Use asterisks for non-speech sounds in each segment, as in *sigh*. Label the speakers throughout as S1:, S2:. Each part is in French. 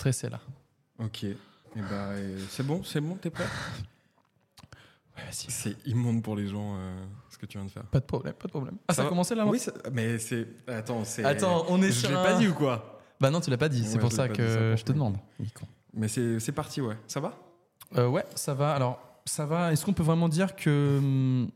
S1: Très c'est là.
S2: Ok. Et bah, et c'est bon, c'est bon, t'es prêt
S1: Ouais, vas-y.
S2: C'est immonde pour les gens euh, ce que tu viens de faire.
S1: Pas de problème, pas de problème. Ah, ça,
S2: Ça
S1: a
S2: va
S1: commencé là
S2: oui, ça- mais c'est. Attends, c'est.
S1: Attends, on est
S2: je
S1: sur
S2: l'ai
S1: un-
S2: pas dit ou quoi
S1: Bah non, tu l'as pas dit, c'est
S2: Ouais,
S1: pour
S2: je
S1: ça
S2: l'ai
S1: que
S2: pas dit, ça, pour
S1: je te
S2: le coup.
S1: demande.
S2: Mais c'est c'est parti, ouais. Ça va
S1: Euh, ouais, ça va. Alors, ça va. Est-ce qu'on peut vraiment dire que. hum,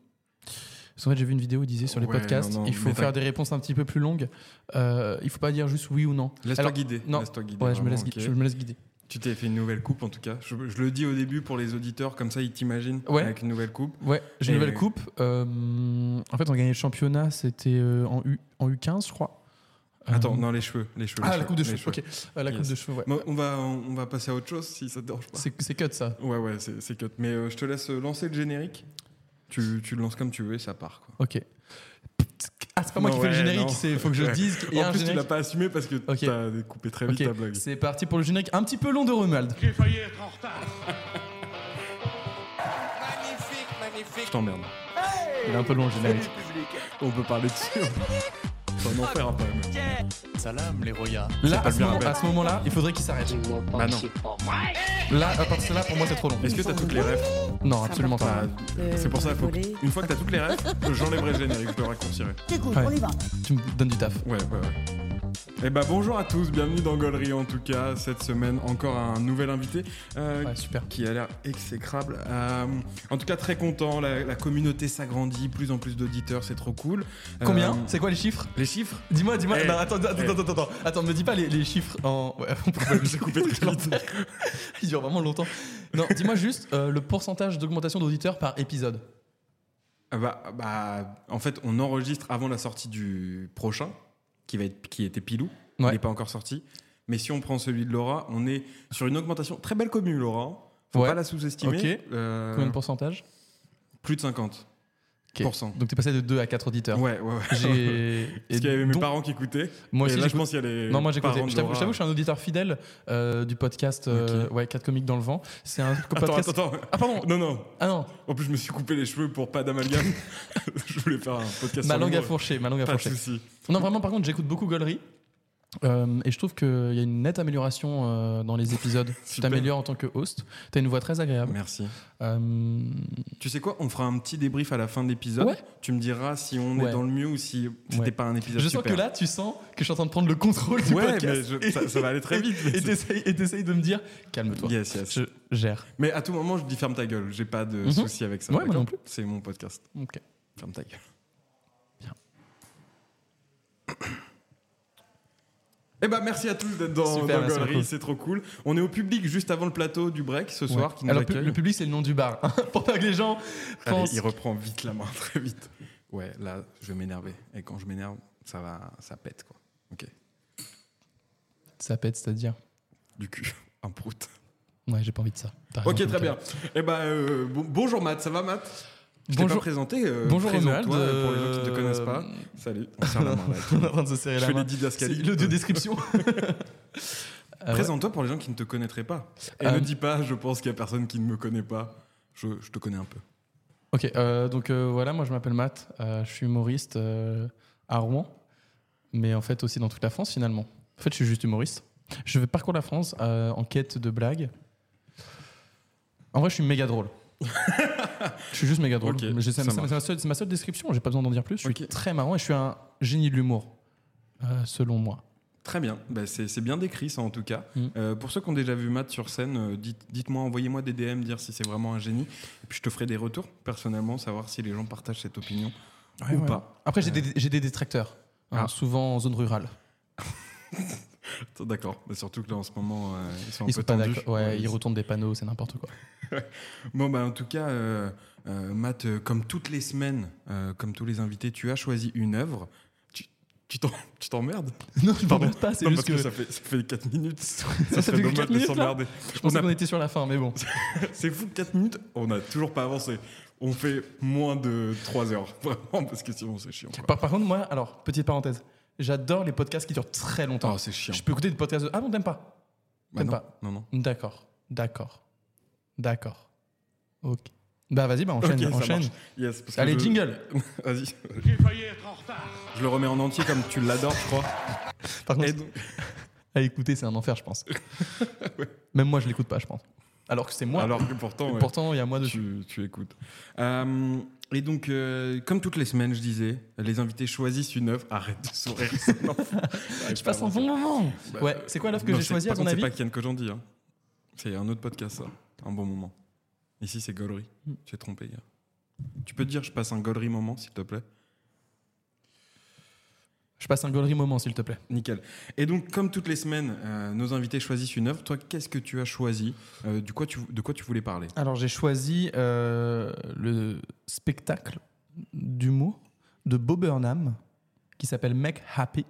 S1: Parce qu'en fait, j'ai vu une vidéo où il disait sur les
S2: Ouais,
S1: podcasts,
S2: non, non,
S1: il faut
S2: mais t'as-
S1: faire des réponses un petit peu plus longues. Euh, il faut pas dire juste oui ou non.
S2: Laisse-toi
S1: Alors,
S2: guider.
S1: non.
S2: Laisse-toi guider.
S1: Ouais, je me,
S2: vraiment,
S1: laisse,
S2: ok.
S1: gui- je me laisse guider.
S2: Tu t'es fait une nouvelle coupe en tout cas. Je, je le dis au début pour les auditeurs, comme ça ils t'imaginent
S1: Ouais.
S2: avec une nouvelle coupe.
S1: Ouais, j'ai une
S2: Et-
S1: nouvelle coupe. Euh, en fait, on gagnait le championnat, c'était euh, en, U, en U15, je crois. Euh,
S2: Attends, non, les cheveux. Les cheveux
S1: Ah,
S2: les
S1: la coupe de
S2: les
S1: cheveux, ok. Euh, la
S2: Yes.
S1: coupe de cheveux, ouais.
S2: Bon, on, va, on, on va passer à autre chose si ça te dérange pas.
S1: C'est c'est cut ça.
S2: Ouais, ouais, c'est c'est cut. Mais euh, je te laisse euh, lancer le générique. Tu, tu le lances comme tu veux et ça part. Quoi.
S1: Ok. Ah, c'est pas moi
S2: Non,
S1: qui fais le
S2: ouais,
S1: générique,
S2: non.
S1: c'est faut que je le dise. qu'il y a
S2: en
S1: un
S2: plus, tu l'as
S1: générique.
S2: pas assumé parce que
S1: Ok.
S2: t'as coupé très vite
S1: Ok,
S2: ta blague.
S1: c'est parti pour le générique un petit peu long de Romuald.
S3: J'ai failli être en retard.
S4: Magnifique,
S2: Je
S4: magnifique.
S2: t'emmerde.
S1: Il est un peu long le générique.
S2: On peut parler dessus. C'est un enfer après. mais-
S5: Salam les royas.
S1: Là,
S2: pas
S1: à
S2: le
S1: ce,
S2: bien
S1: moment,
S2: rappel.
S1: à ce moment-là, il faudrait qu'il s'arrête.
S2: Bah non.
S1: Là, à partir de là, pour moi, c'est trop long.
S2: Est-ce que t'as toutes les refs
S1: Non, absolument pas.
S2: Bah, C'est pour ça, faut que- une fois que t'as toutes les refs, j'enlèverai le générique, je le raccourcirai.
S1: Ouais. Tu me donnes du taf.
S2: Ouais, ouais, ouais. Eh bah bonjour à tous, bienvenue dans Gollery en tout cas. Cette semaine, encore un nouvel invité. euh,
S1: Ouais, super.
S2: qui a l'air exécrable. Euh, en tout cas, très content. La, la communauté s'agrandit, plus en plus d'auditeurs, c'est trop cool.
S1: Combien
S2: Euh,
S1: C'est quoi les chiffres
S2: Les chiffres
S1: Dis-moi, dis-moi.
S2: Eh,
S1: non, attends, attends,
S2: eh.
S1: attends, attends, attends. Attends, me dis pas les, les chiffres en. Ouais, *laughs* on peut
S2: *laughs* J'ai coupé très vite.
S1: Il dure vraiment longtemps. Non, dis-moi juste euh, le pourcentage d'augmentation d'auditeurs par épisode.
S2: Ah bah, bah, en fait, on enregistre avant la sortie du prochain, qui va être, qui était pilou. Il
S1: Ouais.
S2: n'est pas encore sorti. Mais si on prend celui de Laura, on est sur une augmentation très belle commune, Laura. hein. Faut
S1: Ouais.
S2: pas la sous-estimer.
S1: Ok.
S2: Euh,
S1: Combien de pourcentage
S2: plus de 50.
S1: Ok.
S2: Pourcent.
S1: Donc t'es passé de 2 à 4 auditeurs.
S2: Ouais, ouais, ouais.
S1: J'ai.
S2: *laughs* Parce
S1: et
S2: qu'il y avait mes
S1: donc-
S2: parents qui écoutaient.
S1: Moi
S2: Et
S1: aussi,
S2: là, je
S1: j'écoute-
S2: pense qu'il y a les
S1: Non, moi j'ai
S2: parents
S1: écouté.
S2: de
S1: Je t'avoue,
S2: Laura.
S1: je t'avoue, je suis un auditeur fidèle euh, du podcast euh, ouais, 4 comiques dans le vent. C'est un
S2: Attends,
S1: podcast.
S2: attends, attends.
S1: Ah, pardon
S2: Non, non.
S1: Ah non,
S2: En plus, je me suis coupé les cheveux pour
S1: *laughs*
S2: pas d'amalgame. *laughs* je voulais faire un podcast
S1: ma
S2: sur
S1: langue à
S2: l'humour.
S1: fourcher, ma langue à
S2: Pas de
S1: fourcher.
S2: soucis.
S1: Non, vraiment, par contre, j'écoute beaucoup Gollery. Euh, et je trouve qu'il y a une nette amélioration euh, dans les
S2: *laughs*
S1: épisodes. tu
S2: Super.
S1: t'améliores en tant que host. T'as une voix très agréable.
S2: Merci.
S1: Euh,
S2: Tu sais quoi On fera un petit débrief à la fin de l'épisode.
S1: Ouais.
S2: Tu me diras si on
S1: Ouais.
S2: est dans le mieux ou si c'était
S1: Ouais.
S2: pas un épisode
S1: je sens
S2: super.
S1: que là, tu sens que je suis en train de prendre le contrôle du
S2: Ouais,
S1: podcast.
S2: mais je- ça- ça va aller très vite.
S1: Et t'essayes et t'essayes de me dire, calme-toi.
S2: Yes, yes.
S1: Je gère.
S2: Mais à tout moment, je dis ferme ta gueule. J'ai pas de
S1: Mhm.
S2: soucis avec ça.
S1: Ouais, moi
S2: d'accord
S1: non plus.
S2: C'est mon podcast.
S1: Ok.
S2: Ferme ta gueule.
S1: Bien.
S2: *coughs* Eh ben merci à tous d'être dans,
S1: Super,
S2: dans
S1: merci
S2: Gollery,
S1: beaucoup.
S2: c'est trop cool. On est au public juste avant le plateau du break ce soir
S1: Ouais.
S2: qui nous
S1: Alors, pu-
S2: accueille.
S1: le public, c'est le nom du bar. hein, *laughs* Pour pas que les gens
S2: Allez,
S1: pensent.
S2: il reprend vite la main, *laughs* très vite. Ouais, là, je vais m'énerver. Et quand je m'énerve, ça va, ça pète, quoi. Ok.
S1: Ça pète, c'est-à-dire.
S2: Du cul, *laughs* un prout.
S1: Ouais, j'ai pas envie de ça. T'as raison,
S2: Ok, très
S1: Mickaël.
S2: bien. Eh ben, euh, bon- bonjour Matt, ça va Matt Je t'ai pas
S1: Bonjour.
S2: présenté. euh,
S1: Bonjour
S2: présente-toi,
S1: Romuald.
S2: euh, pour les gens qui ne te
S1: euh,
S2: connaissent pas. Salut. On serre la main, là.
S1: *laughs* On est en train de se serrer
S2: Je
S1: la
S2: fais
S1: main.
S2: les didascalies.
S1: C'est l'audio
S2: *laughs*
S1: description. Ah ouais.
S2: Euh, Présente-toi pour les gens qui ne te connaîtraient pas. Et
S1: Euh,
S2: ne dis pas, je pense qu'il y a personne qui ne me connaît pas. Je, je te connais un peu.
S1: Ok, euh, donc euh, voilà, moi je m'appelle Matt, euh, je suis humoriste euh, à Rouen, mais en fait aussi dans toute la France finalement. En fait, je suis juste humoriste. Je vais parcourir la France euh, en quête de blagues. En vrai, je suis méga *laughs* drôle. je suis juste méga drôle.
S2: Ok,
S1: Mais j'ai- c'est
S2: ça
S1: c'est ma,
S2: marche.
S1: c'est ma seule, c'est ma seule description, j'ai pas besoin d'en dire plus. Je suis
S2: Ok.
S1: très marrant et je suis un génie de l'humour, euh, selon moi.
S2: Très bien, Bah, c'est c'est bien décrit ça en tout cas.
S1: Mm.
S2: Euh, pour ceux qui ont déjà vu Matt sur scène, euh, dites- dites-moi, envoyez-moi des DM, dire si c'est vraiment un génie. Et puis je te ferai des retours personnellement, savoir si les gens partagent cette opinion ou
S1: ouais.
S2: pas.
S1: Après, j'ai des, j'ai des détracteurs, hein,
S2: Ah.
S1: souvent en zone rurale.
S2: Attends, D'accord, Bah, surtout que là en ce moment, euh, ils sont un
S1: Ils
S2: peu
S1: sont pas
S2: tendus.
S1: d'accord. Ouais, ils retournent des panneaux, c'est n'importe quoi.
S2: Bon, bah, en tout cas, euh, euh, Matt, euh, comme toutes les semaines, euh, comme tous les invités, tu as choisi une œuvre. Tu- tu t'en- tu t'emmerdes
S1: *laughs* non, je m'emmerde pas, c'est
S2: Non,
S1: juste
S2: parce que,
S1: que.
S2: ça, fait, ça fait 4 minutes. *laughs* Ça,
S1: Ça
S2: serait
S1: fait
S2: dommage
S1: quatre
S2: de
S1: minutes, là
S2: s'emmerder.
S1: Je
S2: On
S1: pensais
S2: a-
S1: qu'on était sur la fin, mais bon.
S2: C'est fou, 4 minutes, on n'a toujours pas avancé. On fait moins de 3 heures, *laughs* vraiment, parce que sinon c'est chiant. Quoi.
S1: Par, par contre, moi, alors, petite parenthèse, j'adore les podcasts qui durent très longtemps.
S2: Oh, c'est chiant.
S1: je peux écouter des podcasts de... Ah non, t'aimes pas
S2: Bah
S1: T'aimes
S2: non,
S1: pas
S2: Non, non.
S1: D'accord, d'accord, d'accord. Ok. Bah vas-y, bah enchaîne,
S2: Ok, ça
S1: enchaîne.
S2: marche. Yes, parce que
S1: Allez,
S2: je-
S1: *laughs* jingle
S2: Vas-y,
S3: J'ai failli être en retard.
S2: je le remets en entier comme tu l'adores, je crois.
S1: Par
S2: Et
S1: contre,
S2: donc-
S1: *laughs* à écouter, c'est un enfer, je
S2: *laughs*
S1: pense. Même moi, je l'écoute pas, je pense. Alors que c'est moi.
S2: Alors que pourtant, ouais,
S1: Pourtant, il y a moi dessus.
S2: tu, tu écoutes. Euh, et donc, euh, comme toutes les semaines, je disais, les invités choisissent une œuvre. Arrête de sourire. c'est
S1: *laughs*
S2: un enfer. J'arrive
S1: Je
S2: pas
S1: passe
S2: à
S1: un bon moment.
S2: Bah,
S1: ouais, c'est quoi l'œuvre que
S2: non,
S1: j'ai
S2: c'est-
S1: choisie à
S2: par
S1: ton
S2: contre,
S1: avis
S2: C'est pas Kian Kojandi. Hein. C'est un autre podcast, ça. Un bon moment. Ici, c'est Gollery.
S1: Hmm.
S2: J'ai trompé, gars. Tu peux te dire, je passe un Gollery moment, s'il te plaît
S1: Je passe un gaulerie moment, s'il te plaît.
S2: Nickel. Et donc, comme toutes les semaines, euh, nos invités choisissent une œuvre. Toi, qu'est-ce que tu as choisi Euh, du quoi tu, De quoi tu voulais parler
S1: Alors, j'ai choisi euh, le spectacle d'humour de Bob Burnham qui s'appelle Make Happy,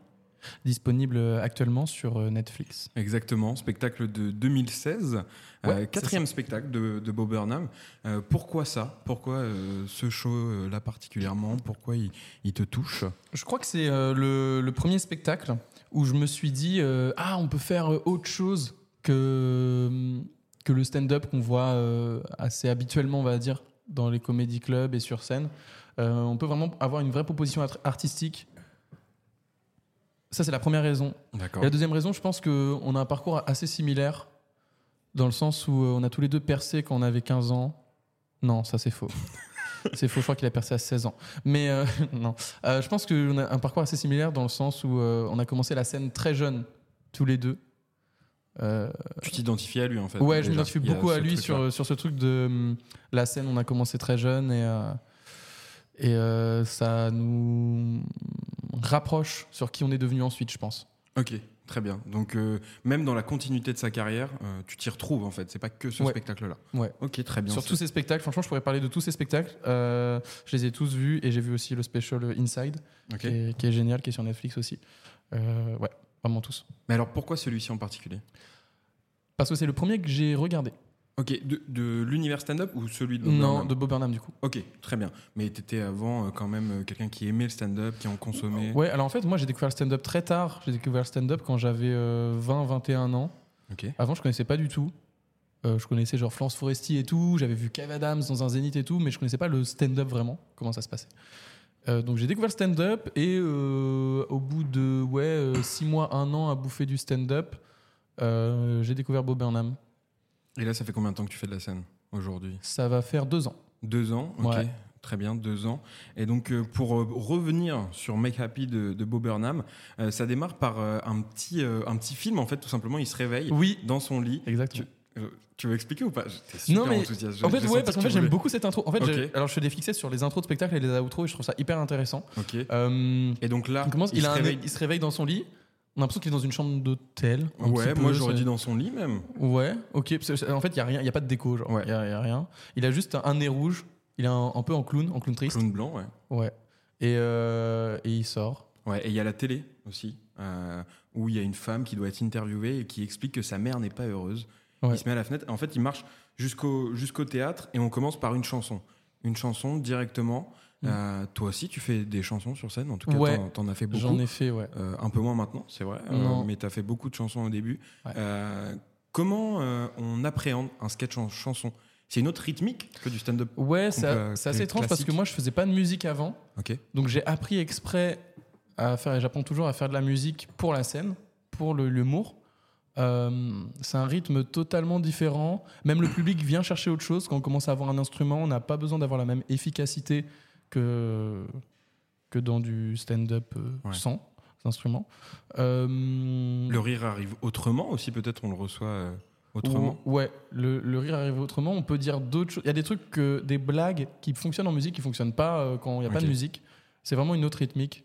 S1: disponible euh, actuellement sur euh, Netflix.
S2: Exactement, spectacle de 2016,
S1: Ouais,
S2: euh,
S1: c'est
S2: quatrième spectacle de, de Bob Burnham. Euh, pourquoi ça Pourquoi euh, ce show-là particulièrement Pourquoi il, il te touche
S1: Je crois que c'est euh, le, le premier spectacle où je me suis dit euh, ah on peut faire euh, autre chose que euh, que le stand-up qu'on voit euh, assez habituellement on va dire dans les comédie clubs et sur scène. Euh, on peut vraiment avoir une vraie proposition art- artistique. Ça c'est la première raison.
S2: D'accord.
S1: Et la deuxième raison, je pense qu'on a un parcours assez similaire, dans le sens où euh, on a tous les deux percé quand on avait 15 ans. Non, ça c'est
S2: *laughs*
S1: faux. c'est faux, je crois qu'il a percé à 16 ans. Mais euh, *laughs* non, Euh, je pense qu'on a un parcours assez similaire dans le sens où euh, on a commencé la scène très jeune, tous les deux. Euh,
S2: Tu t'identifies à lui en fait.
S1: ouais, je
S2: Euh, déjà.
S1: m'identifie
S2: Il y a
S1: beaucoup à
S2: ce
S1: lui
S2: truc-là.
S1: sur, euh, sur ce truc de hum, la scène, on a commencé très jeune et, euh, et euh, ça nous rapproche sur qui on est devenu ensuite, je pense.
S2: Ok, très bien. Donc, euh, même dans la continuité de sa carrière, euh, tu t'y retrouves en fait. C'est pas que ce
S1: Ouais.
S2: spectacle-là.
S1: Ouais.
S2: Ok, très bien.
S1: Sur
S2: C'est-
S1: tous ces spectacles, franchement, je pourrais parler de tous ces spectacles. Euh, je les ai tous vus et j'ai vu aussi le special Inside,
S2: Ok.
S1: qui, est, qui est génial, qui est sur Netflix aussi. Euh, ouais, vraiment tous.
S2: Mais alors, pourquoi celui-ci en particulier
S1: Parce que c'est le premier que j'ai regardé.
S2: Ok, de, de l'univers stand-up ou celui de Bob
S1: Non,
S2: Burnham
S1: de Bob Burnham du coup.
S2: Ok, très bien. Mais t'étais avant euh, quand même euh, quelqu'un qui aimait le stand-up, qui en consommait.
S1: Ouais, alors en fait, moi j'ai découvert le stand-up très tard. J'ai découvert le stand-up quand j'avais euh, 20-21 ans.
S2: Ok.
S1: Avant, je connaissais pas du tout. Euh, je connaissais genre Florence Foresti et tout. J'avais vu Kev Adams dans un Zénith et tout, mais je connaissais pas le stand-up vraiment, comment ça se passait. Euh, donc j'ai découvert le stand-up et euh, au bout de ouais euh, six mois, un an à bouffer du stand-up, euh, j'ai découvert Bob Burnham.
S2: Et là, ça fait combien de temps que tu fais de la scène aujourd'hui
S1: Ça va faire deux ans.
S2: Deux ans, ok.
S1: Ouais.
S2: Très bien, deux ans. Et donc, euh, pour euh, revenir sur Make Happy de, de Bob Burnham, euh, ça démarre par euh, un, petit, euh, un petit film, en fait, tout simplement. Il se réveille
S1: Oui,
S2: dans son lit.
S1: exactement.
S2: Euh, Tu veux expliquer ou pas J'étais super
S1: Non, mais-
S2: enthousiaste.
S1: En fait, ouais, parce qu'en fait j'aime beaucoup cette intro. En fait,
S2: Ok.
S1: j'ai- alors je fais des fixettes sur les intros de spectacle et les outros et je trouve ça hyper intéressant.
S2: Ok.
S1: Euh,
S2: Et donc là,
S1: on commence- il,
S2: Ah, il,
S1: a
S2: se
S1: un-
S2: réveille.
S1: il se réveille dans son lit. On a l'impression qu'il est dans une chambre d'hôtel. un
S2: Ouais,
S1: petit
S2: moi
S1: peu,
S2: j'aurais
S1: c'est-
S2: dit dans son lit même.
S1: Ouais, ok. parce que, euh, En fait, il n'y a rien, il y a pas de déco, genre. Il
S2: Ouais.
S1: y a, y a rien. Il a juste un, un nez rouge. Il est un, un peu en clown, en clown triste.
S2: Clown blanc, ouais.
S1: Ouais. Et, euh, et il sort.
S2: Ouais, et il y a la télé aussi, euh, où il y a une femme qui doit être interviewée et qui explique que sa mère n'est pas heureuse.
S1: Ouais.
S2: Il se met à la fenêtre. En fait, il marche jusqu'au jusqu'au théâtre et on commence par une chanson. Une chanson directement.
S1: Mm.
S2: Euh, toi aussi, tu fais des chansons sur scène, en tout cas,
S1: Ouais.
S2: t'en- t'en as fait beaucoup.
S1: J'en ai fait, ouais.
S2: Euh, un peu moins maintenant, c'est vrai, euh,
S1: Non.
S2: mais t'as fait beaucoup de chansons au début.
S1: Ouais.
S2: Euh, comment euh, on appréhende un sketch en chanson C'est une autre rythmique que du stand-up.
S1: Ouais,
S2: Qu'on
S1: c'est
S2: peut, euh,
S1: c'est assez
S2: cl-
S1: étrange parce que
S2: classique.
S1: moi, je faisais pas de musique avant.
S2: Ok.
S1: Donc j'ai appris exprès à faire, et j'apprends toujours à faire de la musique pour la scène, pour le- l'humour. Euh, c'est un rythme totalement différent. Même le public vient chercher autre chose. Quand on commence à avoir un instrument, on n'a pas besoin d'avoir la même efficacité que, que dans du stand-up euh,
S2: Ouais.
S1: sans instrument. Euh,
S2: Le rire arrive autrement aussi, peut-être on le reçoit euh, autrement.
S1: ou- ouais, le, le rire arrive autrement. On peut dire d'autres choses. Il y a des trucs, que, des blagues qui fonctionnent en musique, qui fonctionnent pas euh, quand il n'y a pas de
S2: Ok.
S1: musique. C'est vraiment une autre rythmique.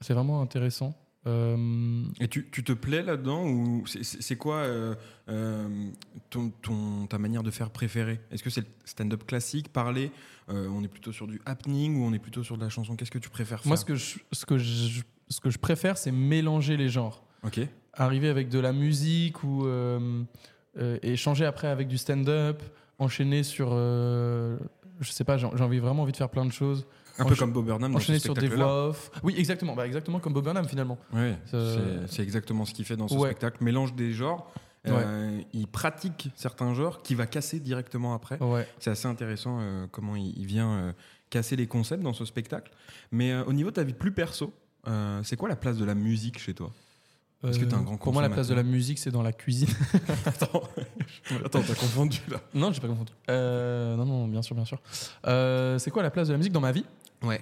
S1: C'est vraiment intéressant. Euh,
S2: Et tu, tu te plais là-dedans ou c'est- c'est c'est quoi euh, euh, ton, ton- ta manière de faire préférée Est-ce que c'est le stand-up classique, parler euh, On est plutôt sur du happening ou on est plutôt sur de la chanson Qu'est-ce que tu préfères faire
S1: moi, ce que, je, ce, que je, ce que je préfère, c'est mélanger les genres.
S2: Ok,
S1: Arriver avec de la musique ou euh, euh, échanger après avec du stand-up, enchaîner sur. euh, je sais pas, j'ai j'ai envie, vraiment envie de faire plein de choses.
S2: un peu
S1: Encha-
S2: comme Bob Burnham dans ce
S1: Enchaîner sur des
S2: spectacle-là.
S1: voix off. Oui, exactement. Bah, exactement comme Bob Burnham finalement.
S2: Ouais,
S1: Euh,
S2: c'est c'est exactement ce qu'il fait dans ce
S1: ouais.
S2: spectacle. Mélange des genres. euh, Il pratique certains genres qu'il va casser directement après.
S1: Ouais.
S2: C'est assez intéressant euh, comment il, il vient euh, casser les concepts dans ce spectacle. Mais euh, au niveau de ta vie plus perso, euh, c'est quoi la place de la musique chez toi Est-ce que t'es un
S1: Euh,
S2: grand
S1: Pour moi, la place de la
S2: consommateur
S1: musique, c'est dans la cuisine. *laughs*
S2: Attends, *laughs* attends, t'as confondu là.
S1: non, j'ai pas confondu. Euh, non, non, bien sûr, bien sûr. Euh, c'est quoi la place de la musique dans ma vie
S2: Ouais.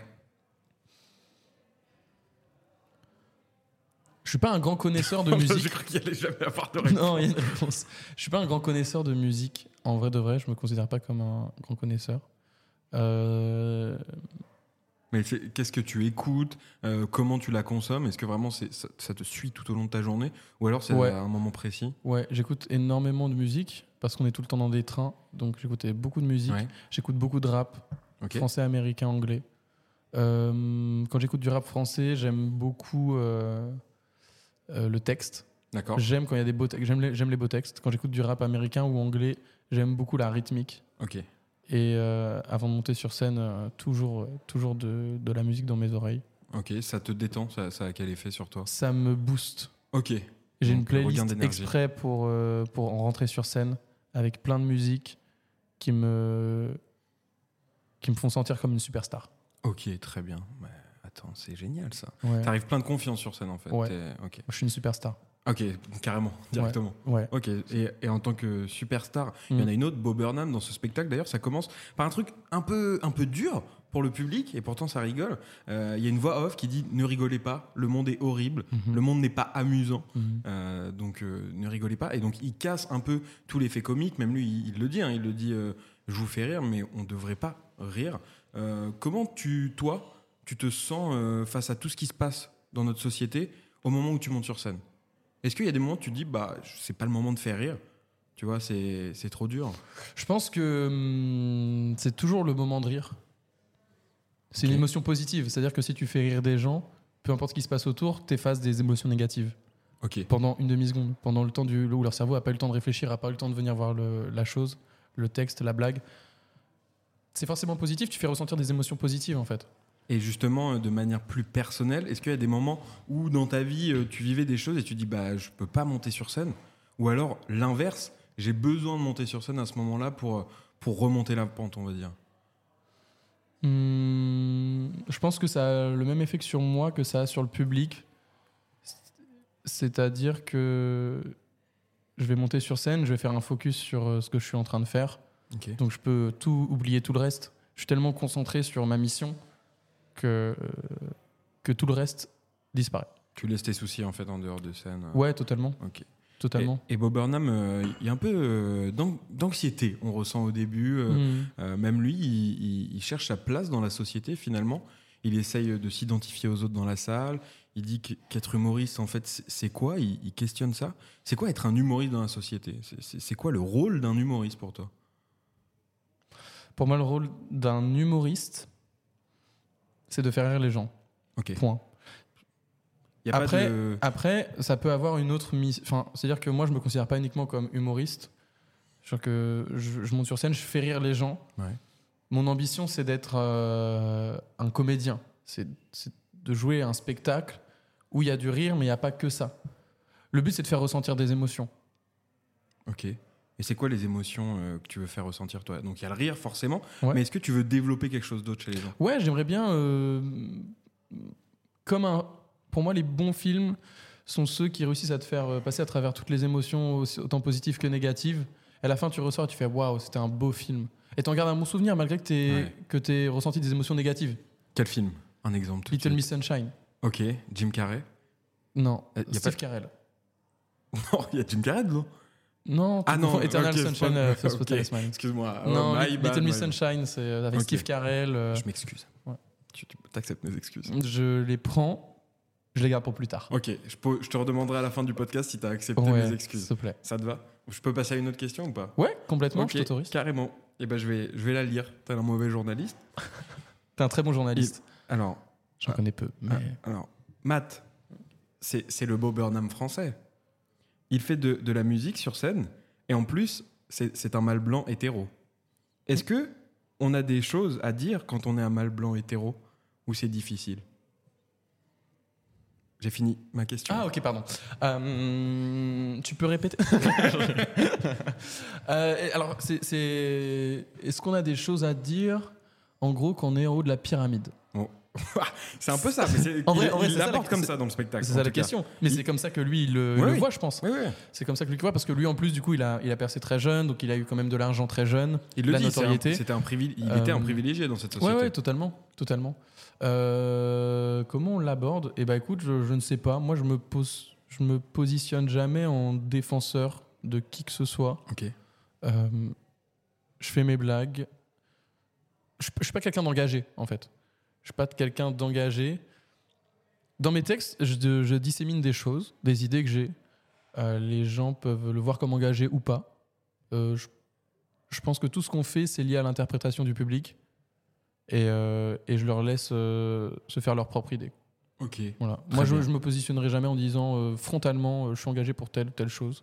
S1: Je suis pas un grand connaisseur
S2: *laughs*
S1: de
S2: Je
S1: musique.
S2: crois qu'il allait jamais avoir de réponse.
S1: non, il y a une réponse. Je suis pas un grand connaisseur de musique. En vrai de vrai, je me considère pas comme un grand connaisseur. Euh,
S2: Mais c'est- qu'est-ce que tu écoutes euh, Comment tu la consommes Est-ce que vraiment c'est- ça, ça te suit tout au long de ta journée Ou alors c'est
S1: Ouais.
S2: à un moment précis
S1: ouais, j'écoute énormément de musique parce qu'on est tout le temps dans des trains. Donc j'écoutais beaucoup de musique.
S2: Ouais.
S1: J'écoute beaucoup de rap.
S2: Ok.
S1: français, américain, anglais. Euh, quand j'écoute du rap français, j'aime beaucoup euh, euh, le texte.
S2: D'accord.
S1: J'aime quand il y a des beaux textes. J'aime les, j'aime les beaux textes. Quand j'écoute du rap américain ou anglais, j'aime beaucoup la rythmique.
S2: Ok.
S1: Et euh, avant de monter sur scène, euh, toujours, toujours de, de la musique dans mes oreilles.
S2: Ok. Ça te détend Ça, ça a quel effet sur toi
S1: Ça me booste.
S2: Ok.
S1: J'ai
S2: Donc,
S1: une
S2: le regain
S1: playlist
S2: d'énergie.
S1: exprès pour, euh, pour en rentrer sur scène avec plein de musique qui me, qui me font sentir comme une superstar.
S2: Ok, très bien. Bah, attends, c'est génial ça.
S1: Ouais.
S2: T'arrives plein de confiance sur scène en fait.
S1: Ouais.
S2: T'es- Ok.
S1: Je suis une superstar.
S2: Ok. Carrément. Directement.
S1: Ouais.
S2: Ok, et, et en tant que superstar, il y en
S1: Mm.
S2: a une autre, Bob Burnham, dans ce spectacle d'ailleurs, ça commence par un truc un peu, un peu dur pour le public, et pourtant ça rigole. Euh, Il y a une voix off qui dit Ne rigolez pas, le monde est horrible,
S1: Mhm.
S2: le monde n'est pas amusant,
S1: Mhm.
S2: Euh, donc euh, ne rigolez pas. Et donc il casse un peu tout l'effet comique, même lui il, il le dit, hein, il le dit euh, Je vous fais rire, mais on ne devrait pas rire. Euh, comment tu, toi, tu te sens euh, face à tout ce qui se passe dans notre société au moment où tu montes sur scène Est-ce qu'il y a des moments où tu te dis Bah, c'est pas le moment de faire rire tu vois, c'est c'est trop dur.
S1: Je pense que hum, c'est toujours le moment de rire. C'est
S2: Ok.
S1: une émotion positive. C'est-à-dire que si tu fais rire des gens, peu importe ce qui se passe autour, t'effaces des émotions négatives
S2: Ok.
S1: pendant une demi-seconde, pendant le temps du, où leur cerveau n'a pas eu le temps de réfléchir, n'a pas eu le temps de venir voir le- la chose, le texte, la blague. C'est forcément positif, tu fais ressentir des émotions positives en fait.
S2: Et justement, euh, de manière plus personnelle, est-ce qu'il y a des moments où dans ta vie euh, tu vivais des choses et tu dis bah je peux pas monter sur scène Ou alors l'inverse, j'ai besoin de monter sur scène à ce moment-là pour, euh, pour remonter la pente, on va dire.
S1: Hum, je pense que ça a le même effet que sur moi que ça a sur le public. C'est-à-dire que je vais monter sur scène, je vais faire un focus sur euh, ce que je suis en train de faire.
S2: Ok.
S1: Donc je peux tout oublier tout le reste. Je suis tellement concentré sur ma mission que, euh, que tout le reste disparaît.
S2: Tu laisses tes soucis en fait en dehors de scène. euh,
S1: Ouais, totalement.
S2: Ok.
S1: Totalement.
S2: Et, et Bob Burnham, euh, il y a un peu euh, d'an- d'anxiété, on ressent au début. euh,
S1: Mhm.
S2: Euh, même lui, il, il- il cherche sa place dans la société finalement. Il essaye de s'identifier aux autres dans la salle. Il dit que- qu'être humoriste, en fait, c'est- c'est quoi il, il questionne ça. C'est quoi être un humoriste dans la société C'est- C'est c'est quoi le rôle d'un humoriste pour toi
S1: Pour moi, le rôle d'un humoriste, c'est de faire rire les gens.
S2: Ok.
S1: Point.
S2: Il y a
S1: Après-
S2: pas de...
S1: Après, ça peut avoir une autre mise. Enfin, c'est-à-dire que moi, je me considère pas uniquement comme humoriste. Je, que je, je monte sur scène, je fais rire les gens.
S2: Ouais.
S1: Mon ambition, c'est d'être euh, un comédien. C'est c'est de jouer un spectacle où il y a du rire, mais il n'y a pas que ça. Le but, c'est de faire ressentir des émotions.
S2: Ah, Ok. Et c'est quoi les émotions euh, que tu veux faire ressentir toi Donc il y a le rire forcément,
S1: Ouais.
S2: mais est-ce que tu veux développer quelque chose d'autre chez les gens
S1: Ouais, j'aimerais bien. euh, comme un. Pour moi, les bons films sont ceux qui réussissent à te faire euh, passer à travers toutes les émotions, aussi- autant positives que négatives. Et à la fin, tu ressors et tu fais Waouh, c'était un beau film. Et t'en gardes un bon souvenir malgré que t'aies
S2: Ouais.
S1: que t'aies ressenti des émotions négatives.
S2: Quel film Un exemple tout de
S1: Little
S2: suite.
S1: Miss Sunshine.
S2: Ok. Jim Carrey *laughs*
S1: Non.
S2: Euh, y a
S1: Steve Carell.
S2: Non, il y a Jim Carrey dedans
S1: Non,
S2: Ah
S1: tu
S2: non,
S1: confonds Eternal
S2: *laughs* ok,
S1: Sunshine euh,
S2: pardon.
S1: of the Spotless Mind.
S2: Excuse-moi. Oh,
S1: Non,
S2: my
S1: Li-
S2: bad,
S1: Little Miss
S2: my bad.
S1: Sunshine, c'est euh, avec
S2: Ok.
S1: Steve Carell. euh,
S2: Je m'excuse.
S1: Ouais.
S2: Tu tu- t'acceptes mes excuses.
S1: je les prends, je les garde pour plus tard.
S2: Ok, je, peux- je te redemanderai à la fin du podcast si tu as accepté
S1: Ouais,
S2: mes
S1: S'il
S2: excuses.
S1: te plaît.
S2: Ça te va Je peux passer à une autre question ou pas
S1: Ouais, complètement,
S2: Ok,
S1: je t'autorise.
S2: Carrément. Et ben je vais, je vais la lire. T'es un mauvais journaliste.
S1: T'es un très bon journaliste.
S2: Alors,
S1: J'en
S2: Ah.
S1: connais peu. Mais...
S2: ah, alors Matt, c'est c'est le Bob Burnham français. Il fait de, de la musique sur scène et en plus, c'est c'est un mâle blanc hétéro. Est-ce que on a des choses à dire quand on est un mâle blanc hétéro ou c'est difficile J'ai fini ma question.
S1: Ah, ok, pardon. Euh, tu peux répéter *laughs* Euh, et Alors, c'est- c'est. Est-ce qu'on a des choses à dire, en gros, qu'on est en haut de la pyramide
S2: Bon, C'est un peu ça. Mais c'est-
S1: En vrai-
S2: il-
S1: en vrai,
S2: il
S1: c'est ça la-
S2: l'aborde comme ça dans le spectacle.
S1: C'est
S2: en
S1: ça la
S2: tout cas.
S1: question. Mais
S2: Il-
S1: c'est comme ça que lui, il le,
S2: Ouais,
S1: le
S2: oui.
S1: voit, je pense.
S2: Oui, oui.
S1: C'est comme ça que lui le voit, parce que lui, en plus, du coup, il a, il a percé très jeune, donc il a eu quand même de l'argent très jeune,
S2: Il
S1: de
S2: le
S1: la
S2: dit, c'est un-
S1: notoriété.
S2: c'était un privil- il était un
S1: Euh,
S2: privilégié dans cette société.
S1: Ouais, ouais, totalement. totalement. Euh, comment on l'aborde Eh ben écoute, je, je ne sais pas. Moi, je me, pose, je me positionne jamais en défenseur de qui que ce soit.
S2: Ok.
S1: Euh, je fais mes blagues. Je ne suis pas quelqu'un d'engagé, en fait. Je ne suis pas quelqu'un d'engagé. Dans mes textes, je, de- je dissémine des choses, des idées que j'ai. Euh, les gens peuvent le voir comme engagé ou pas. Euh, je, je pense que tout ce qu'on fait, c'est lié à l'interprétation du public. Et, euh, et je leur laisse euh, se faire leur propre idée.
S2: Ok.
S1: Voilà.
S2: Très
S1: Moi, je,
S2: bien.
S1: je me positionnerai jamais en disant euh, frontalement, euh, je suis engagé pour telle ou telle chose.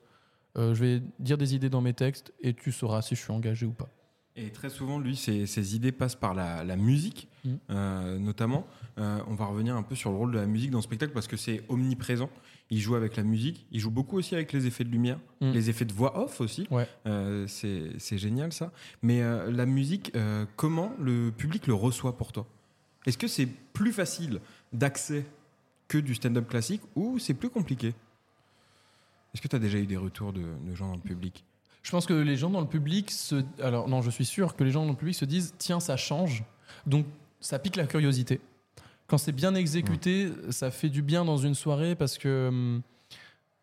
S1: Euh, je vais dire des idées dans mes textes et tu sauras si je suis engagé ou pas.
S2: Et très souvent, lui, ses, ses idées passent par la, la musique,
S1: Mm.
S2: euh, notamment. Euh, on va revenir un peu sur le rôle de la musique dans le spectacle parce que c'est omniprésent. Il joue avec la musique, il joue beaucoup aussi avec les effets de lumière,
S1: Mm.
S2: les effets de voix off aussi.
S1: Ouais.
S2: Euh, c'est c'est génial ça. Mais euh, la musique, euh, comment le public le reçoit pour toi Est-ce que c'est plus facile d'accès que du stand-up classique ou c'est plus compliqué Est-ce que tu as déjà eu des retours de, de gens dans le public
S1: Je pense que les gens dans le public se. Alors, non, je suis sûr que les gens dans le public se disent tiens, ça change. Donc, ça pique la curiosité. Quand c'est bien exécuté, ça fait du bien dans une soirée parce que. hum,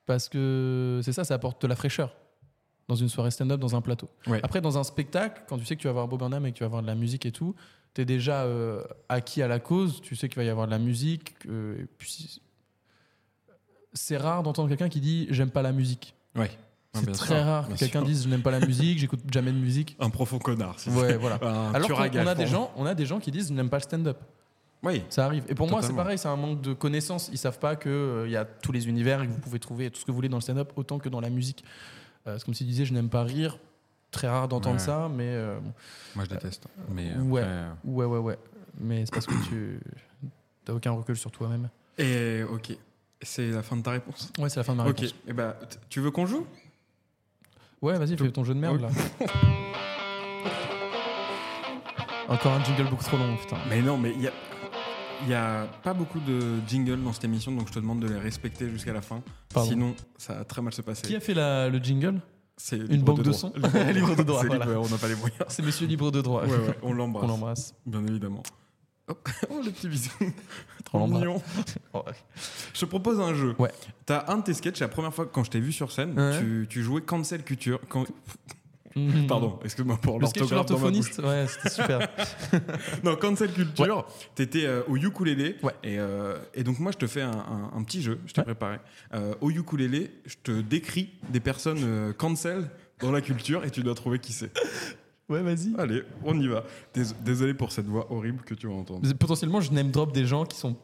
S1: Parce que c'est ça, ça apporte de la fraîcheur. Dans une soirée stand-up, dans un plateau.
S2: Ouais.
S1: Après, dans un spectacle, quand tu sais que tu vas voir Bob Burnham et que tu vas voir de la musique et tout, tu es déjà euh, acquis à la cause, tu sais qu'il va y avoir de la musique. euh, et puis, c'est rare d'entendre quelqu'un qui dit j'aime pas la musique.
S2: Oui.
S1: C'est très rare que quelqu'un dise je n'aime pas la musique, j'écoute jamais de
S2: *laughs*
S1: musique.
S2: Un profond connard. c'est
S1: Ouais, voilà.
S2: ça. Un
S1: Alors qu'on
S2: tueur à gages,
S1: on a des
S2: pour moi.
S1: gens, on a des gens qui disent je n'aime pas le stand-up.
S2: Oui.
S1: Ça arrive. Et pour moi, c'est
S2: Totalement.
S1: pareil, c'est un manque de connaissances. Ils savent pas que euh, il y a tous les univers et que vous pouvez trouver tout ce que vous voulez dans le stand-up autant que dans la musique. Euh, c'est comme si tu disais je n'aime pas rire. Très rare d'entendre
S2: Ouais.
S1: ça, mais euh, bon.
S2: Moi, je déteste. Mais
S1: Ouais. ouais, ouais, ouais. Mais c'est parce que tu t'as aucun recul sur toi-même.
S2: Et ok. C'est la fin de ta euh, réponse.
S1: Ouais, c'est la fin de ma
S2: Ok.
S1: réponse.
S2: Et bah, t- tu veux qu'on joue
S1: Ouais, vas-y, fais ton jeu de merde là. Encore un jingle beaucoup trop long, putain.
S2: Mais non, mais il y a. Il n'y a pas beaucoup de jingles dans cette émission, donc je te demande de les respecter jusqu'à la fin.
S1: Pardon.
S2: Sinon, ça va très mal se passer.
S1: Qui a fait la- le jingle
S2: C'est
S1: Une banque de son *laughs* Libre de droit,
S2: C'est
S1: voilà.
S2: libre, on n'a pas les moyens.
S1: C'est Monsieur Libre de droit. *laughs*
S2: Ouais, ouais,
S1: On
S2: on l'embrasse,
S1: l'embrasse.
S2: bien évidemment. Hop. *laughs* Oh, le petit bisou.
S1: On l'embrasse. *laughs*
S2: Mignon. Je te propose un jeu.
S1: Oh, Ouais.
S2: T'as un de tes sketchs, la première fois que quand je t'ai vu sur scène,
S1: Ouais.
S2: tu, tu jouais Cancel Culture. Can-
S1: Mhm.
S2: Pardon, excuse-moi pour
S1: Le sketch de
S2: l'orthographe. dans ma bouche.
S1: l'orthophoniste, ouais, c'était
S2: *laughs*
S1: super.
S2: Non, Cancel Culture, t'étais euh, au ukulélé.
S1: Ouais.
S2: Et, euh, et donc, moi, je te fais un, un- un petit jeu, je t'ai
S1: Ouais.
S2: préparé. Euh, au ukulélé, je te décris des personnes euh, cancel dans la culture et tu dois trouver qui c'est.
S1: ouais, vas-y.
S2: Allez, on y va. Dés- Désolé pour cette voix horrible que tu vas entendre.
S1: Potentiellement, je name drop des gens qui sont.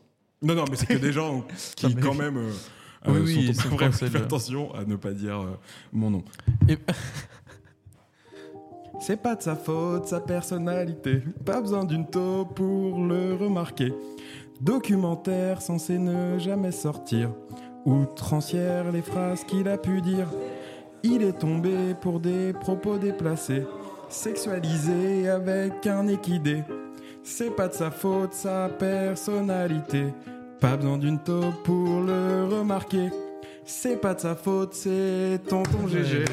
S2: Non, non, mais c'est que
S1: *laughs*
S2: des gens
S1: Non,
S2: qui,
S1: mais-
S2: quand même. euh,
S1: Oui,
S2: euh,
S1: oui,
S2: sont
S1: ils
S2: au-
S1: sont
S2: vraiment,
S1: cancel.
S2: fais attention à ne pas dire euh, mon nom.
S1: Et-
S2: *laughs* C'est pas de sa faute, sa personnalité. Pas besoin d'une taupe pour le remarquer. Documentaire censé ne jamais sortir. Outrancière les phrases qu'il a pu dire. Il est tombé pour des propos déplacés. Sexualisé avec un équidé. C'est pas de sa faute, sa personnalité. Pas besoin d'une taupe pour le remarquer. C'est pas de sa faute, c'est tonton GG.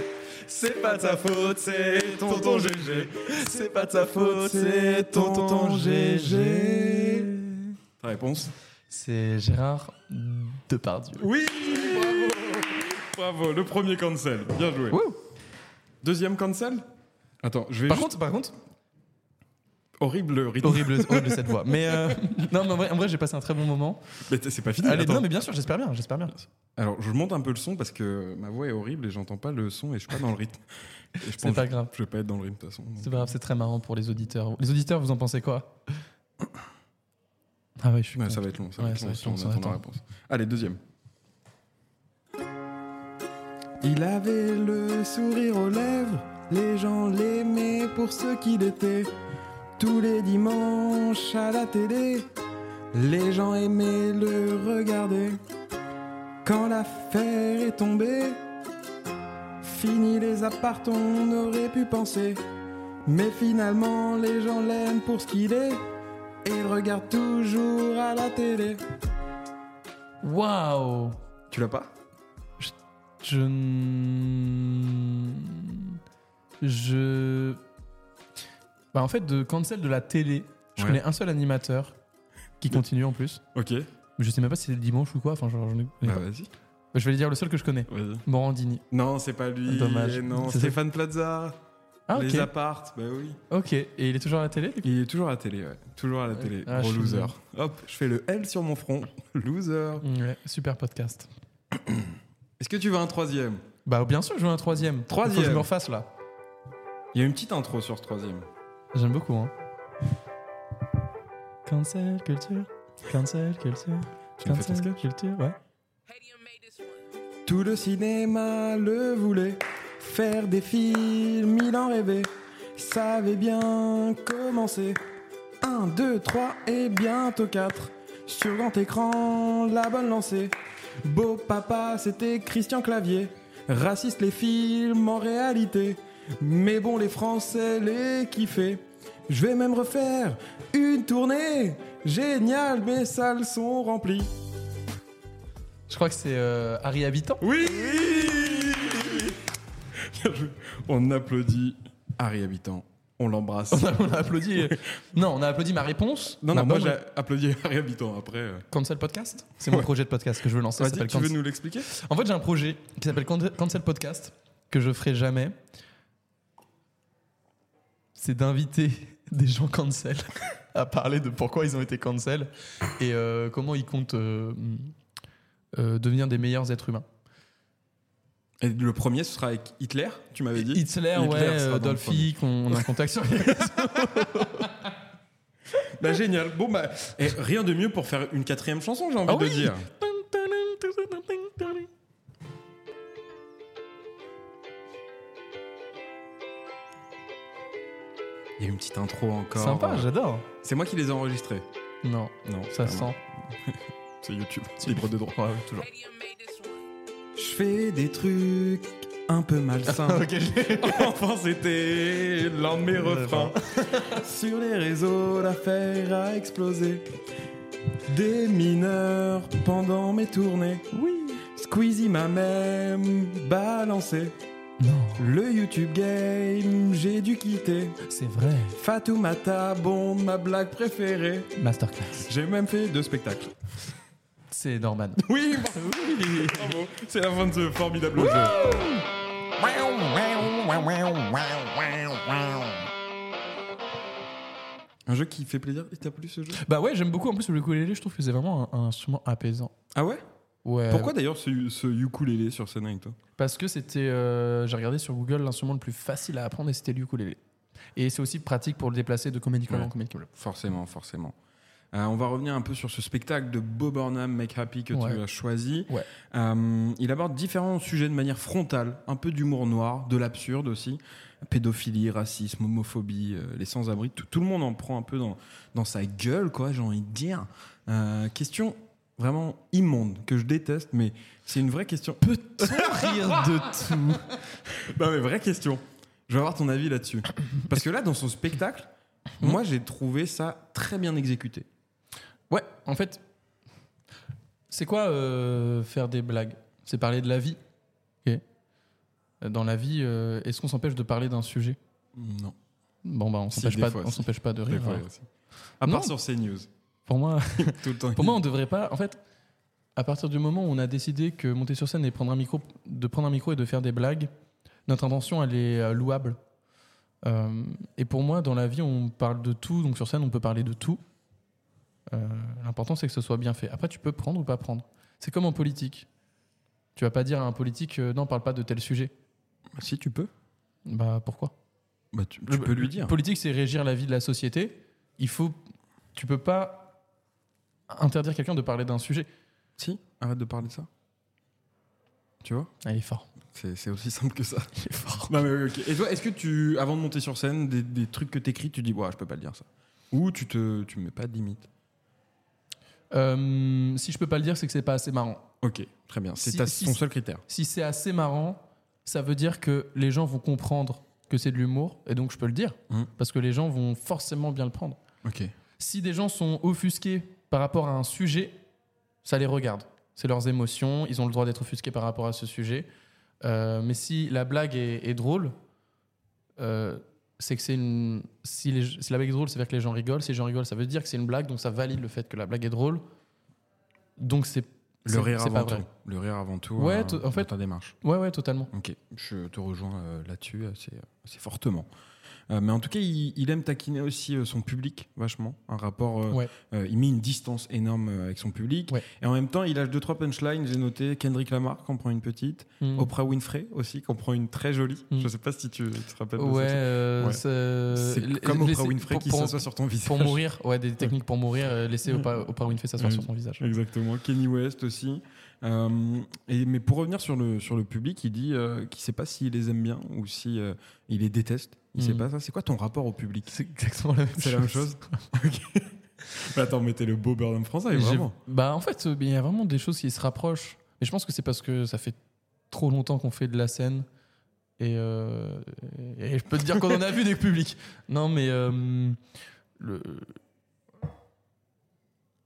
S2: C'est pas de sa faute, c'est tonton GG. C'est pas de sa faute, c'est tonton GG. Ta réponse
S1: C'est Gérard Depardieu.
S2: Oui Bravo Bravo, le premier cancel. Bien joué.
S1: Wouh.
S2: Deuxième cancel Attends, je vais
S1: Par
S2: juste-
S1: contre, par contre,
S2: Horrible le rythme.
S1: horrible, horrible cette voix. Mais euh, *laughs* non, mais en vrai, en vrai, j'ai passé un très bon moment.
S2: Mais t- c'est pas fini.
S1: Allez,
S2: attends.
S1: non, mais bien sûr, j'espère bien, j'espère bien.
S2: Alors, je monte un peu le son parce que ma voix est horrible et j'entends pas le son et je suis pas dans le rythme. Et je
S1: C'est
S2: pense
S1: pas
S2: que
S1: grave.
S2: je vais pas être dans le rythme de toute façon.
S1: C'est pas grave, c'est très marrant pour les auditeurs. Les auditeurs, vous en pensez quoi Ah ouais, je suis.
S2: Ouais,
S1: con.
S2: ça va être long, ça
S1: Ouais,
S2: va être
S1: ça
S2: long,
S1: va être
S2: si
S1: long,
S2: on
S1: ça va
S2: attend
S1: être
S2: la
S1: long.
S2: réponse. Allez, deuxième. Il avait le sourire aux lèvres, les gens l'aimaient pour ce qu'il était. Tous les dimanches à la télé, les gens aimaient le regarder. Quand l'affaire est tombée, fini les apparts, on aurait pu penser. Mais finalement, les gens l'aiment pour ce qu'il est. Il regarde toujours à la télé.
S1: Waouh
S2: Tu l'as pas
S1: Je. n- Je. Bah, en fait, de cancel de la télé, je
S2: Ouais.
S1: connais un seul animateur qui continue en plus.
S2: Ok.
S1: Mais Je sais même pas si c'est le dimanche ou quoi. Enfin, genre, j'en ai-
S2: Bah vas-y.
S1: Bah, Je vais dire le seul que je connais
S2: Vas-y.
S1: Morandini.
S2: Non, c'est pas lui.
S1: Dommage.
S2: Non,
S1: C'est-
S2: Stéphane Plaza.
S1: Ah, ok.
S2: Les appartes, bah oui.
S1: Ok. Et il est toujours à la télé, du coup
S2: Il est toujours à la télé, ouais. Toujours à la
S1: Ouais.
S2: télé.
S1: Ah,
S2: Gros
S1: je suis
S2: loser.
S1: nul.
S2: Hop, je fais le L sur mon front. *laughs* Loser.
S1: Ouais, super podcast.
S2: Est-ce que tu veux un troisième
S1: Bah, bien sûr, je veux un troisième.
S2: Troisième.
S1: Faut que je me refasse là.
S2: Il y a une petite intro sur ce troisième.
S1: J'aime beaucoup, hein. Cancel culture. Cancel culture.
S2: Tu nous fais ton sketch
S1: culture, ouais.
S2: Tout le cinéma le voulait. Faire des films, il en rêvait. Savait bien commencer. 1, 2, 3 et bientôt 4. Sur grand écran, la bonne lancée. Beau papa, c'était Christian Clavier. Raciste les films en réalité. Mais bon, les Français les kiffaient. Je vais même refaire une tournée. Génial, mes salles sont remplies.
S1: Je crois que c'est euh, Harry Habitant.
S2: Oui On applaudit Harry Habitant. On
S1: *laughs*
S2: l'embrasse.
S1: On a, on a applaudi. Non, on a applaudi ma réponse.
S2: Non,
S1: Ma
S2: non, moi
S1: bonne
S2: j'ai applaudi Harry Habitant après. euh.
S1: Cancel Podcast C'est mon
S2: Ouais.
S1: projet de podcast que je veux lancer. ça
S2: Vas-y,
S1: s'appelle
S2: tu veux
S1: Cancel-
S2: nous l'expliquer
S1: En fait, j'ai un projet qui s'appelle Can- Cancel Podcast que je ferai jamais. C'est d'inviter *laughs* des gens cancel *laughs* à parler de pourquoi ils ont été cancel et euh, comment ils comptent euh, euh, devenir des meilleurs êtres humains.
S2: Et Le premier, ce sera avec Hitler, tu m'avais dit.
S1: Hitler,
S2: Hitler
S1: ouais,
S2: sera dans
S1: euh,
S2: le
S1: Dolphy, qu'on a un contact
S2: *laughs*
S1: sur.
S2: Bah, génial. Bon, bah, et rien de mieux pour faire une quatrième chanson, j'ai
S1: Ah
S2: envie de
S1: oui.
S2: dire. Il y a une petite intro encore. Euh,
S1: Sympa, j'adore.
S2: C'est moi qui les ai enregistrés.
S1: Non,
S2: Non,
S1: ça
S2: pardon.
S1: sent.
S2: C'est YouTube, libre de droit. toujours.
S3: Radio made this one.
S2: Je fais des trucs un peu *laughs* malsains.
S1: ok, je l'ai.
S2: Enfin, c'était l'un de mes refrains. *laughs* Sur les réseaux, l'affaire a explosé. Des mineurs pendant mes tournées. Oui. Squeezie m'a même balancé.
S1: Non,
S2: Le YouTube game, j'ai dû quitter.
S1: c'est vrai.
S2: Fatoumata, bon, ma blague préférée.
S1: Masterclass.
S2: J'ai même fait deux spectacles.
S1: C'est Norman.
S2: *laughs* Oui, bravo. C'est la fin de ce formidable jeu. Un jeu qui fait plaisir. Et t'as plu ce jeu
S1: *laughs* Bah ouais, j'aime beaucoup en plus le ukulélé, je trouve que c'est vraiment un, un instrument apaisant.
S2: Ah ouais
S1: Ouais.
S2: Pourquoi d'ailleurs ce, ce ukulélé sur scène avec toi
S1: Parce que c'était, euh, j'ai regardé sur Google l'instrument le plus facile à apprendre et c'était le ukulélé. Et c'est aussi pratique pour le déplacer de comédie club
S2: Ouais.
S1: en comédie club.
S2: Forcément, forcément. Euh, on va revenir un peu sur ce spectacle de Bob Burnham, Make Happy, que
S1: Ouais.
S2: tu as choisi.
S1: Ouais.
S2: Euh, il aborde différents sujets de manière frontale, un peu d'humour noir, de l'absurde aussi, pédophilie, racisme, homophobie, euh, les sans-abri, tout, tout le monde en prend un peu dans, dans sa gueule, quoi, j'ai envie de dire. Euh, question vraiment immonde, que je déteste, mais c'est une vraie question. *laughs*
S1: Rire de tout.
S2: Non mais vraie question. Je veux avoir ton avis là-dessus. Parce que là, dans son spectacle,
S1: Mmh.
S2: moi j'ai trouvé ça très bien exécuté.
S1: Ouais, en fait, c'est quoi euh, faire des blagues C'est parler de la vie. Ok. Dans la vie, euh, est-ce qu'on s'empêche de parler d'un sujet
S2: Non.
S1: Bon bah on
S2: Si,
S1: s'empêche
S2: des
S1: pas,
S2: fois,
S1: on
S2: si.
S1: s'empêche pas de rire. hein.
S2: À
S1: Non.
S2: part
S1: *laughs*
S2: sur CNews.
S1: Pour moi.
S2: Tout le temps.
S1: Pour moi, on devrait pas. En fait, à partir du moment où on a décidé que monter sur scène et prendre un micro, de prendre un micro et de faire des blagues, notre intention, elle est euh, louable. Euh, et pour moi, dans la vie, on parle de tout. Donc sur scène, on peut parler de tout. Euh, L'important, c'est que ce soit bien fait. Après, tu peux prendre ou pas prendre. C'est comme en politique. Tu vas pas dire à un politique, euh, non, parle pas de tel sujet.
S2: Si tu peux.
S1: Bah pourquoi
S2: Bah, tu,
S1: Euh,
S2: tu peux lui dire.
S1: Politique, c'est régir la vie de la société. Il faut. Tu peux pas interdire quelqu'un de parler d'un sujet.
S2: Si, arrête de parler de ça. Tu vois
S1: Elle est fort.
S2: C'est c'est aussi *laughs* simple que ça. Non, mais oui, ok. Et toi, est-ce que tu, avant de monter sur scène, des, des trucs que t'écris, tu dis, ouais, je peux pas le dire ça Ou tu te tu mets pas de limite
S1: Euh, si je peux pas le dire, c'est que c'est pas assez marrant.
S2: Ok, très bien. C'est
S1: Si-
S2: ta-
S1: si-
S2: ton seul critère.
S1: Si c'est assez marrant, ça veut dire que les gens vont comprendre que c'est de l'humour, et donc je peux le dire,
S2: Mhm.
S1: parce que les gens vont forcément bien le prendre.
S2: Ok.
S1: Si des gens sont offusqués par rapport à un sujet, ça les regarde. C'est leurs émotions, ils ont le droit d'être offusqués par rapport à ce sujet. Euh, mais si la blague est, est drôle, euh, c'est que c'est une. Si, les- si la blague est drôle, c'est-à-dire que les gens rigolent. Si les gens rigolent, ça veut dire que c'est une blague, donc ça valide le fait que la blague est drôle. Donc c'est.
S2: Le
S1: c'est-
S2: rire
S1: c'est
S2: avant
S1: pas
S2: tout.
S1: vrai.
S2: Le rire avant tout.
S1: Ouais,
S2: euh,
S1: t- en
S2: dans
S1: fait-
S2: ta démarche.
S1: Ouais, ouais, totalement.
S2: Ok, je te rejoins euh, là-dessus assez, assez fortement. Euh, mais en tout cas, il, il aime taquiner aussi euh, son public vachement. Un rapport, euh,
S1: Ouais.
S2: euh, il met une distance énorme euh, avec son public.
S1: Ouais.
S2: Et en même temps, il lâche deux trois punchlines. J'ai noté Kendrick Lamar qu'on prend une petite,
S1: Mm.
S2: Oprah Winfrey aussi qu'on prend une très jolie.
S1: Mm.
S2: Je sais pas si tu te rappelles de
S1: Ouais,
S2: ça.
S1: euh,
S2: Ouais.
S1: c'est-
S2: C'est
S1: l-
S2: comme
S1: laisser-
S2: Oprah Winfrey
S1: pour-
S2: qui
S1: pour-
S2: s'assoit sur ton visage. Hmm.
S1: Pour mourir, ouais, des techniques pour mourir, euh, laisser Oprah, Oprah Winfrey s'asseoir
S2: Mm.
S1: sur son visage.
S2: Exactement, Kenny West aussi. Euh, et, mais pour revenir sur le, sur le public, il dit euh, qu'il ne sait pas s'il les aime bien ou s'il il les déteste. Il ne sait
S1: Mhm.
S2: pas ça. C'est quoi ton rapport au public
S1: C'est exactement la même chose.
S2: C'est la même chose Ok. Mais Attends, mais t'es le beau Burnham français,
S1: J'ai-
S2: vraiment.
S1: Bah, en fait, euh, il y a vraiment des choses qui se rapprochent. Mais je pense que c'est parce que ça fait trop longtemps qu'on fait de la scène. Et, euh, et- et je peux te dire qu'on en a vu des publics. Non, mais euh, le...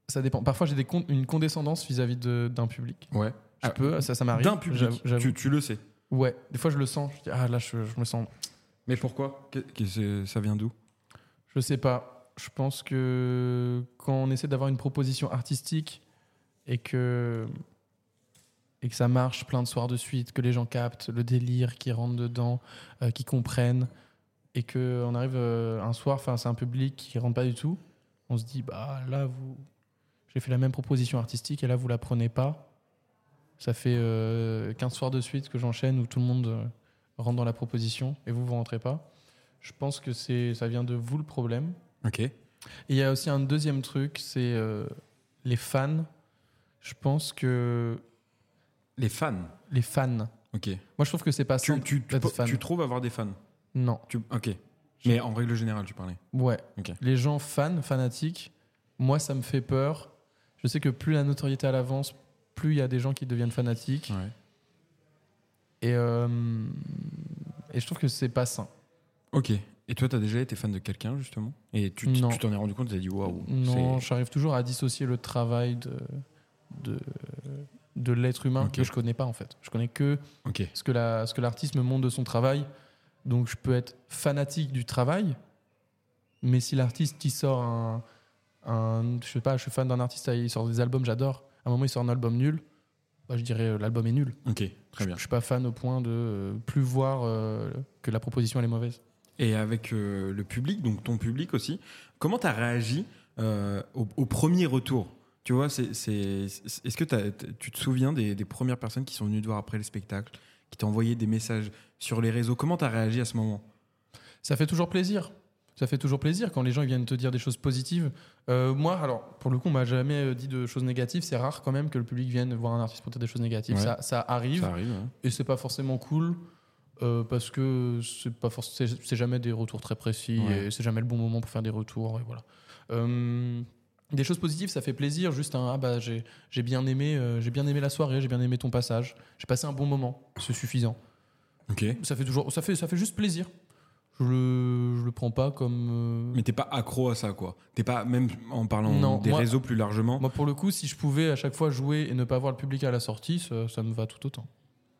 S1: ça dépend. Parfois, j'ai des con- une condescendance vis-à-vis de- d'un public.
S2: Ouais.
S1: Je
S2: Ah,
S1: peux, ça, ça m'arrive.
S2: D'un
S1: j'avoue-
S2: public,
S1: j'avoue.
S2: tu, tu le sais.
S1: Ouais, des fois je le sens. Je dis, ah là, je, je me sens.
S2: Mais pourquoi Que- que c'est- Ça vient d'où
S1: Je sais pas. Je pense que quand on essaie d'avoir une proposition artistique et que et que ça marche plein de soirs de suite, que les gens captent le délire, qui rentrent dedans, euh, qui comprennent, et que on arrive euh, un soir face à un public qui rentre pas du tout, on se dit bah là vous, j'ai fait la même proposition artistique et là vous la prenez pas. Ça fait euh, 15 soirs de suite que j'enchaîne où tout le monde euh, rentre dans la proposition et vous vous rentrez pas. Je pense que c'est ça vient de vous le problème.
S2: Ok.
S1: Et il y a aussi un deuxième truc, c'est euh, les fans. Je pense que
S2: Les fans.
S1: les fans.
S2: Ok.
S1: Moi, je trouve que c'est pas
S2: Tu,
S1: simple.
S2: tu, tu,
S1: d'être
S2: po-
S1: fan.
S2: tu trouves avoir des fans
S1: Non,
S2: tu, Ok. Mais en règle générale, tu parlais.
S1: ouais.
S2: Ok.
S1: Les gens fans, fanatiques, moi, ça me fait peur. Je sais que plus la notoriété à l'avance, plus il y a des gens qui deviennent fanatiques.
S2: Ouais.
S1: Et, euh, et je trouve que c'est pas sain.
S2: Ok. Et toi, t'as déjà été fan de quelqu'un, justement Et tu t-
S1: Non.
S2: tu t'en es rendu compte, t'as dit waouh.
S1: Non,
S2: c'est-
S1: j'arrive toujours à dissocier le travail de, de, de l'être humain
S2: Ok.
S1: que je connais pas, en fait. Je connais que
S2: Ok.
S1: ce que, la- ce que l'artiste me montre de son travail. Donc je peux être fanatique du travail, mais si l'artiste il sort un, un- Je sais pas, je suis fan d'un artiste, il sort des albums, j'adore. À un moment, il sort un album nul, bah, je dirais euh, l'album est nul.
S2: Ok.
S1: Je,
S2: Très bien.
S1: je suis pas fan au point de euh, plus voir euh, que la proposition elle est mauvaise.
S2: Et avec euh, le public, donc ton public aussi, comment t'as réagi euh, au, au premier retour Tu vois, c'est, c'est- c'est- est-ce que t'as- t- tu te souviens des, des premières personnes qui sont venues te voir après le spectacle, qui t'ont envoyé des messages sur les réseaux Comment t'as réagi à ce moment
S1: Ça fait toujours plaisir. Ça fait toujours plaisir quand les gens ils viennent te dire des choses positives. Euh, moi, alors, pour le coup, on m'a jamais euh, dit de choses négatives. C'est rare quand même que le public vienne voir un artiste pour dire des choses négatives.
S2: Ouais.
S1: Ça, ça arrive.
S2: arrive.
S1: et c'est pas forcément cool euh, parce que c'est pas forc- c'est c'est jamais des retours très précis
S2: Ouais.
S1: et c'est jamais le bon moment pour faire des retours et voilà Euh, des choses positives ça fait plaisir juste un ah bah j'ai j'ai bien aimé euh, j'ai bien aimé la soirée j'ai bien aimé ton passage j'ai passé un bon moment c'est suffisant
S2: Ok.
S1: ça fait toujours ça fait ça fait juste plaisir je le je le prends pas comme euh,
S2: Mais t'es pas accro à ça, quoi. T'es pas, même en parlant
S1: Non,
S2: des
S1: moi-
S2: réseaux plus largement.
S1: moi pour le coup si je pouvais à chaque fois jouer et ne pas voir le public à la sortie ça, ça me va tout autant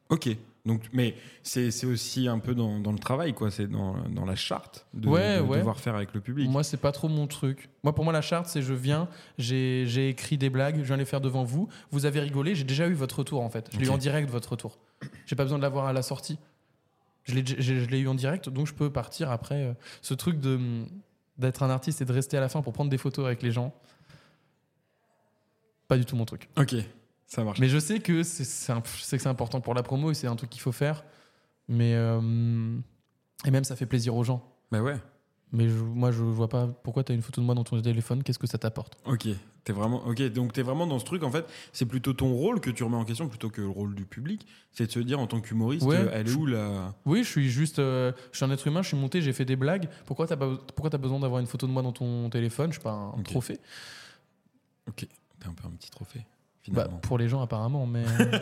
S2: Ok. Donc, mais c'est, c'est aussi un peu dans, dans le travail, quoi. C'est dans, dans la charte de,
S1: Ouais,
S2: de
S1: ouais.
S2: devoir faire avec le public.
S1: Moi, c'est pas trop mon truc. Moi, pour moi, la charte, c'est je viens, j'ai j'ai écrit des blagues, je viens les faire devant vous. Vous avez rigolé, j'ai déjà eu votre retour en fait. Je l'ai eu
S2: Ok.
S1: en direct, votre retour. J'ai pas besoin de l'avoir à la sortie. Je l'ai- je- je l'ai eu en direct, donc je peux partir après. euh, Ce truc de hum, d'être un artiste et de rester à la fin pour prendre des photos avec les gens, pas du tout mon truc.
S2: Ok. Ça marche.
S1: Mais je sais que c'est- c'est un- je sais que c'est important pour la promo et c'est un truc qu'il faut faire. Mais euh, et même ça fait plaisir aux gens.
S2: Bah ouais.
S1: Mais je- moi, je vois pas pourquoi tu as une photo de moi dans ton téléphone. Qu'est-ce que ça t'apporte
S2: Ok, t'es vraiment, ok, donc t'es vraiment dans ce truc en fait. C'est plutôt ton rôle que tu remets en question plutôt que le rôle du public. C'est de se dire en tant qu'humoriste,
S1: Ouais.
S2: euh, elle est où la
S1: Oui, je suis juste. euh, je suis un être humain, je suis monté, j'ai fait des blagues. Pourquoi t'as pas- pourquoi t'as besoin d'avoir une photo de moi dans ton téléphone Je suis pas un
S2: Ok.
S1: trophée.
S2: T'es un peu un petit trophée
S1: Bah,
S2: finalement.
S1: pour les gens, apparemment. *laughs* Mais euh, Bah.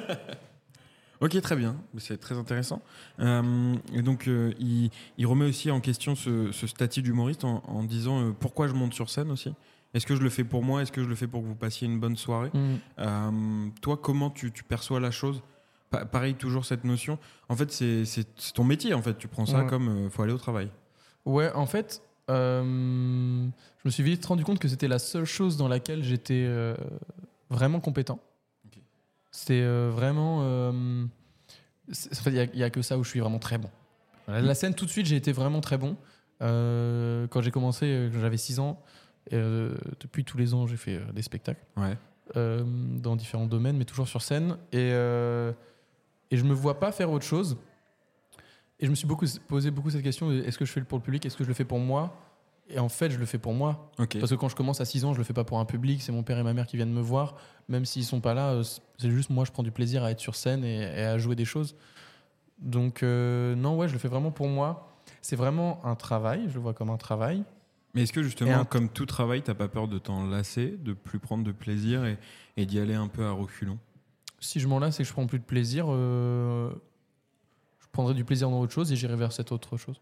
S2: Ok, très bien, c'est très intéressant. Euh, et donc euh, il, il remet aussi en question ce, ce statut d'humoriste en, en disant euh, pourquoi je monte sur scène aussi. Est-ce que je le fais pour moi Est-ce que je le fais pour que vous passiez une bonne soirée
S1: Mm.
S2: Euh, toi, comment tu, tu perçois la chose Pa- Pareil, toujours cette notion. En fait, c'est c'est- c'est ton métier. En fait, tu prends ça
S1: Ouais.
S2: comme euh, faut aller au travail.
S1: Ouais, en fait, euh, je me suis vite rendu compte que c'était la seule chose dans laquelle j'étais euh, vraiment compétent.
S2: Ok.
S1: C'est euh, vraiment. euh, c'est- en fait, il y a- il n'y a, que ça où je suis vraiment très bon. Voilà, La scène, tout de suite, j'ai été vraiment très bon. Euh, quand j'ai commencé, euh, quand j'avais 6 ans. euh, depuis tous les ans, j'ai fait euh, des spectacles
S2: Ouais.
S1: euh, dans différents domaines, mais toujours sur scène. Et, euh, et je me vois pas faire autre chose. Et je me suis beaucoup posé beaucoup cette question de, est-ce que je fais pour le public Est-ce que je le fais pour moi Et en fait, je le fais pour moi.
S2: Ok.
S1: Parce que quand je commence à 6 ans, je le fais pas pour un public. C'est mon père et ma mère qui viennent me voir. Même s'ils sont pas là, euh, c'est juste moi, je prends du plaisir à être sur scène et, et à jouer des choses. Donc, euh, non, ouais, je le fais vraiment pour moi. C'est vraiment un travail, je le vois comme un travail.
S2: Mais est-ce que
S1: Et
S2: justement,
S1: un-
S2: comme tout travail, t'as pas peur de t'en lasser, de plus prendre de plaisir et, et d'y aller un peu à reculons
S1: si je m'en lasse et que je prends plus de plaisir, euh, je prendrai du plaisir dans autre chose et j'irai vers cette autre chose.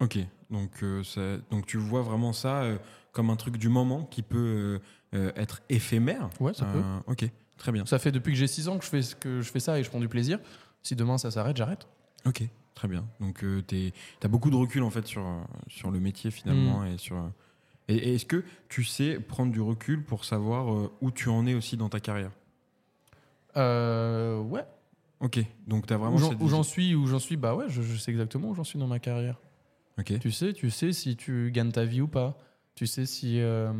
S2: Ok. Donc, euh, ça- donc tu vois vraiment ça euh, comme un truc du moment qui peut euh, euh, être éphémère.
S1: Ouais, ça peut.
S2: Euh, ok. Très bien.
S1: Ça fait depuis que j'ai 6 ans que je, fais, ce- que je fais ça et je prends du plaisir. Si demain ça s'arrête, j'arrête.
S2: Ok, très bien. Donc euh, t'es- t'as beaucoup de recul en fait sur, euh, sur le métier finalement
S1: Hmm.
S2: et sur. euh, Et, et est-ce que tu sais prendre du recul pour savoir euh, où tu en es aussi dans ta carrière
S1: Euh, ouais.
S2: Ok, donc t'as vraiment
S1: Où j'en-
S2: cette
S1: où j'en
S2: vision.
S1: suis, où j'en suis, bah ouais, je, je sais exactement où j'en suis dans ma carrière.
S2: Ok,
S1: Tu sais, tu sais si tu gagnes ta vie ou pas. Tu sais si, euh,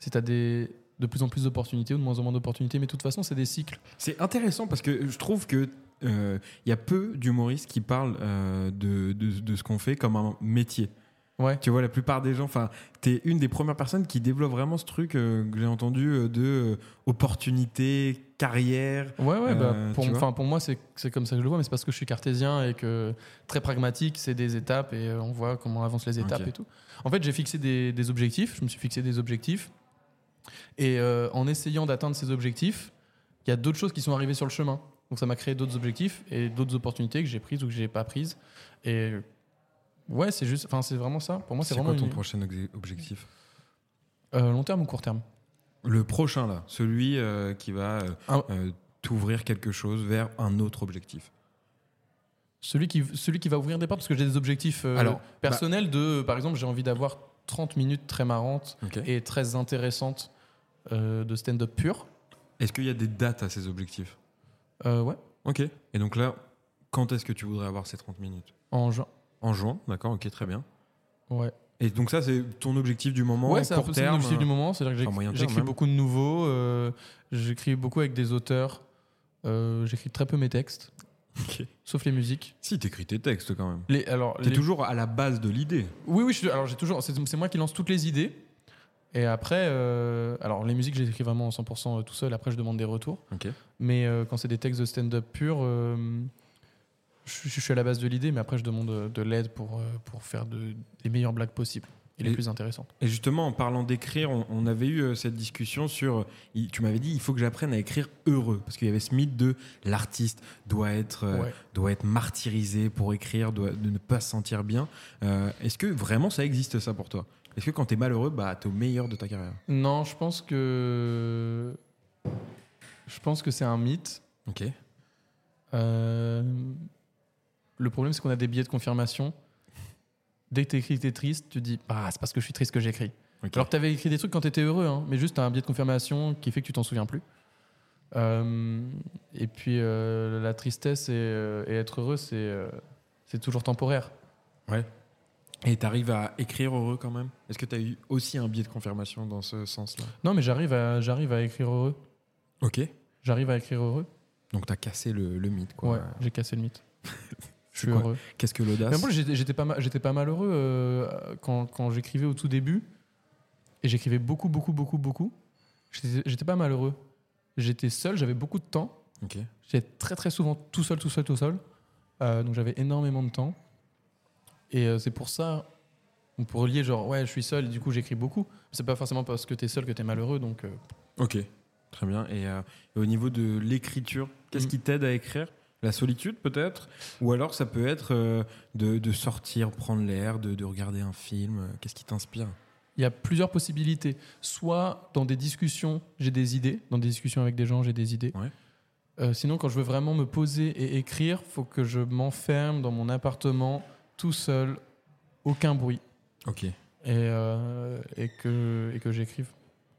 S1: si tu as des, de plus en plus d'opportunités ou de moins en moins d'opportunités. Mais de toute façon, c'est des cycles.
S2: c'est intéressant parce que je trouve que euh, il y a peu d'humoristes qui parlent euh, de, de- de ce qu'on fait comme un métier.
S1: Ouais.
S2: Tu vois, la plupart des gens, enfin, t'es une des premières personnes qui développe vraiment ce truc euh, que j'ai entendu euh, de euh, opportunité, carrière.
S1: Ouais, ouais, bah,
S2: Euh,
S1: pour,
S2: tu vois
S1: enfin, pour moi, c'est c'est comme ça que je le vois, mais c'est parce que je suis cartésien et que très pragmatique, c'est des étapes et euh, on voit comment avancent les étapes
S2: Ok.
S1: et tout. En fait, j'ai fixé des, des objectifs, je me suis fixé des objectifs et euh, en essayant d'atteindre ces objectifs, il y a d'autres choses qui sont arrivées sur le chemin. Donc ça m'a créé d'autres objectifs et d'autres opportunités que j'ai prises ou que j'ai pas prises. Et euh, ouais, c'est juste, enfin, c'est vraiment ça. Pour moi, c'est
S2: C'est
S1: vraiment
S2: quoi ton
S1: une-
S2: prochain obje- objectif
S1: euh, long terme ou court terme.
S2: Le prochain, là, celui euh, qui va euh,
S1: Ah.
S2: euh, t'ouvrir quelque chose vers un autre objectif.
S1: Celui qui, celui qui va ouvrir des portes, parce que j'ai des objectifs euh,
S2: Alors, bah
S1: personnels de, euh, par exemple, j'ai envie d'avoir 30 minutes très marrantes
S2: Et
S1: et très intéressantes euh, de stand-up pur.
S2: Est-ce qu'il y a des dates à ces objectifs
S1: Euh, ouais,
S2: Ok. Et donc là, quand est-ce que tu voudrais avoir ces 30 minutes
S1: en juin.
S2: En juin, d'accord, ok, très bien.
S1: Ouais,
S2: Et donc ça, c'est ton objectif du moment,
S1: ouais c'est un
S2: court
S1: peu c'est mon
S2: terme euh.
S1: objectif du moment. C'est-à-dire que
S2: Enfin, moyen
S1: j'éc-
S2: terme,
S1: j'écris
S2: même.
S1: beaucoup de nouveaux, euh, j'écris beaucoup avec des auteurs, euh, j'écris très peu mes textes,
S2: Ok.
S1: sauf les musiques.
S2: Si, t'écris tes textes quand même.
S1: Les, alors,
S2: T'es
S1: les-
S2: toujours à la base de l'idée.
S1: Oui, oui, je suis- alors j'ai toujours. C'est c'est moi qui lance toutes les idées. Et après, euh, alors les musiques, j'écris vraiment 100% euh, tout seul. Après, je demande des retours.
S2: Ok.
S1: Mais euh, quand c'est des textes de stand-up pur, euh, je, je suis à la base de l'idée, mais après, je demande euh, de l'aide pour, euh, pour faire de, les meilleures blagues possibles et, les
S2: Et-
S1: plus intéressantes.
S2: Et justement, en parlant d'écrire, on, on avait eu euh, cette discussion sur. euh, il- Tu m'avais dit, il faut que j'apprenne à écrire heureux. Parce qu'il y avait ce mythe de l'artiste doit être euh,
S1: Ouais.
S2: doit être martyrisé pour écrire, doit de ne pas se sentir bien. Euh, Est-ce que vraiment ça existe ça pour toi Est-ce que quand t'es malheureux, bah t'es au meilleur de ta carrière
S1: Non, je pense que. Je pense que c'est un mythe.
S2: Ok.
S1: Euh, le problème, c'est qu'on a des billets de confirmation. Dès que t'écris que t'es triste, tu dis Ah, c'est parce que je suis triste que j'écris. Alors que t'avais écrit des trucs quand t'étais heureux, hein, mais juste t'as un biais de confirmation qui fait que tu t'en souviens plus. Euh, et puis euh, la tristesse et, euh, et être heureux, c'est euh, c'est toujours temporaire.
S2: Et t'arrives à écrire heureux quand même Est-ce que t'as eu aussi un biais de confirmation dans ce sens-là
S1: Non, mais j'arrive à j'arrive à écrire heureux.
S2: Ok.
S1: J'arrive à écrire heureux.
S2: Donc t'as cassé le, le mythe quoi.
S1: Ouais, j'ai cassé le mythe. Je suis
S2: quoi Ah,
S1: heureux.
S2: Qu'est-ce que
S1: Mais
S2: l'audace
S1: en plus, j'étais j'étais pas ma- j'étais pas malheureux euh, quand, quand j'écrivais au tout début. Et j'écrivais beaucoup beaucoup beaucoup beaucoup. J'étais j'étais pas malheureux. J'étais seul, j'avais beaucoup de temps.
S2: Ok.
S1: J'étais très très souvent tout seul, tout seul, tout seul. Euh, donc j'avais énormément de temps. Et euh, c'est pour ça, on peut relier genre, ouais, je suis seul, et du coup j'écris beaucoup. C'est pas forcément parce que t'es seul que t'es malheureux. Donc, euh,
S2: Ok. Très bien. Et, euh, et au niveau de l'écriture, qu'est-ce
S1: Mm.
S2: qui t'aide à écrire la solitude peut-être Ou alors ça peut être euh, de, de sortir, prendre l'air, de, de regarder un film. Qu'est-ce qui t'inspire
S1: il y a plusieurs possibilités. Soit dans des discussions, j'ai des idées. Dans des discussions avec des gens, j'ai des idées.
S2: Ouais.
S1: Euh, sinon, quand je veux vraiment me poser et écrire, faut que je m'enferme dans mon appartement tout seul, aucun bruit,
S2: Ok.
S1: et, euh, et que, et que j'écrive.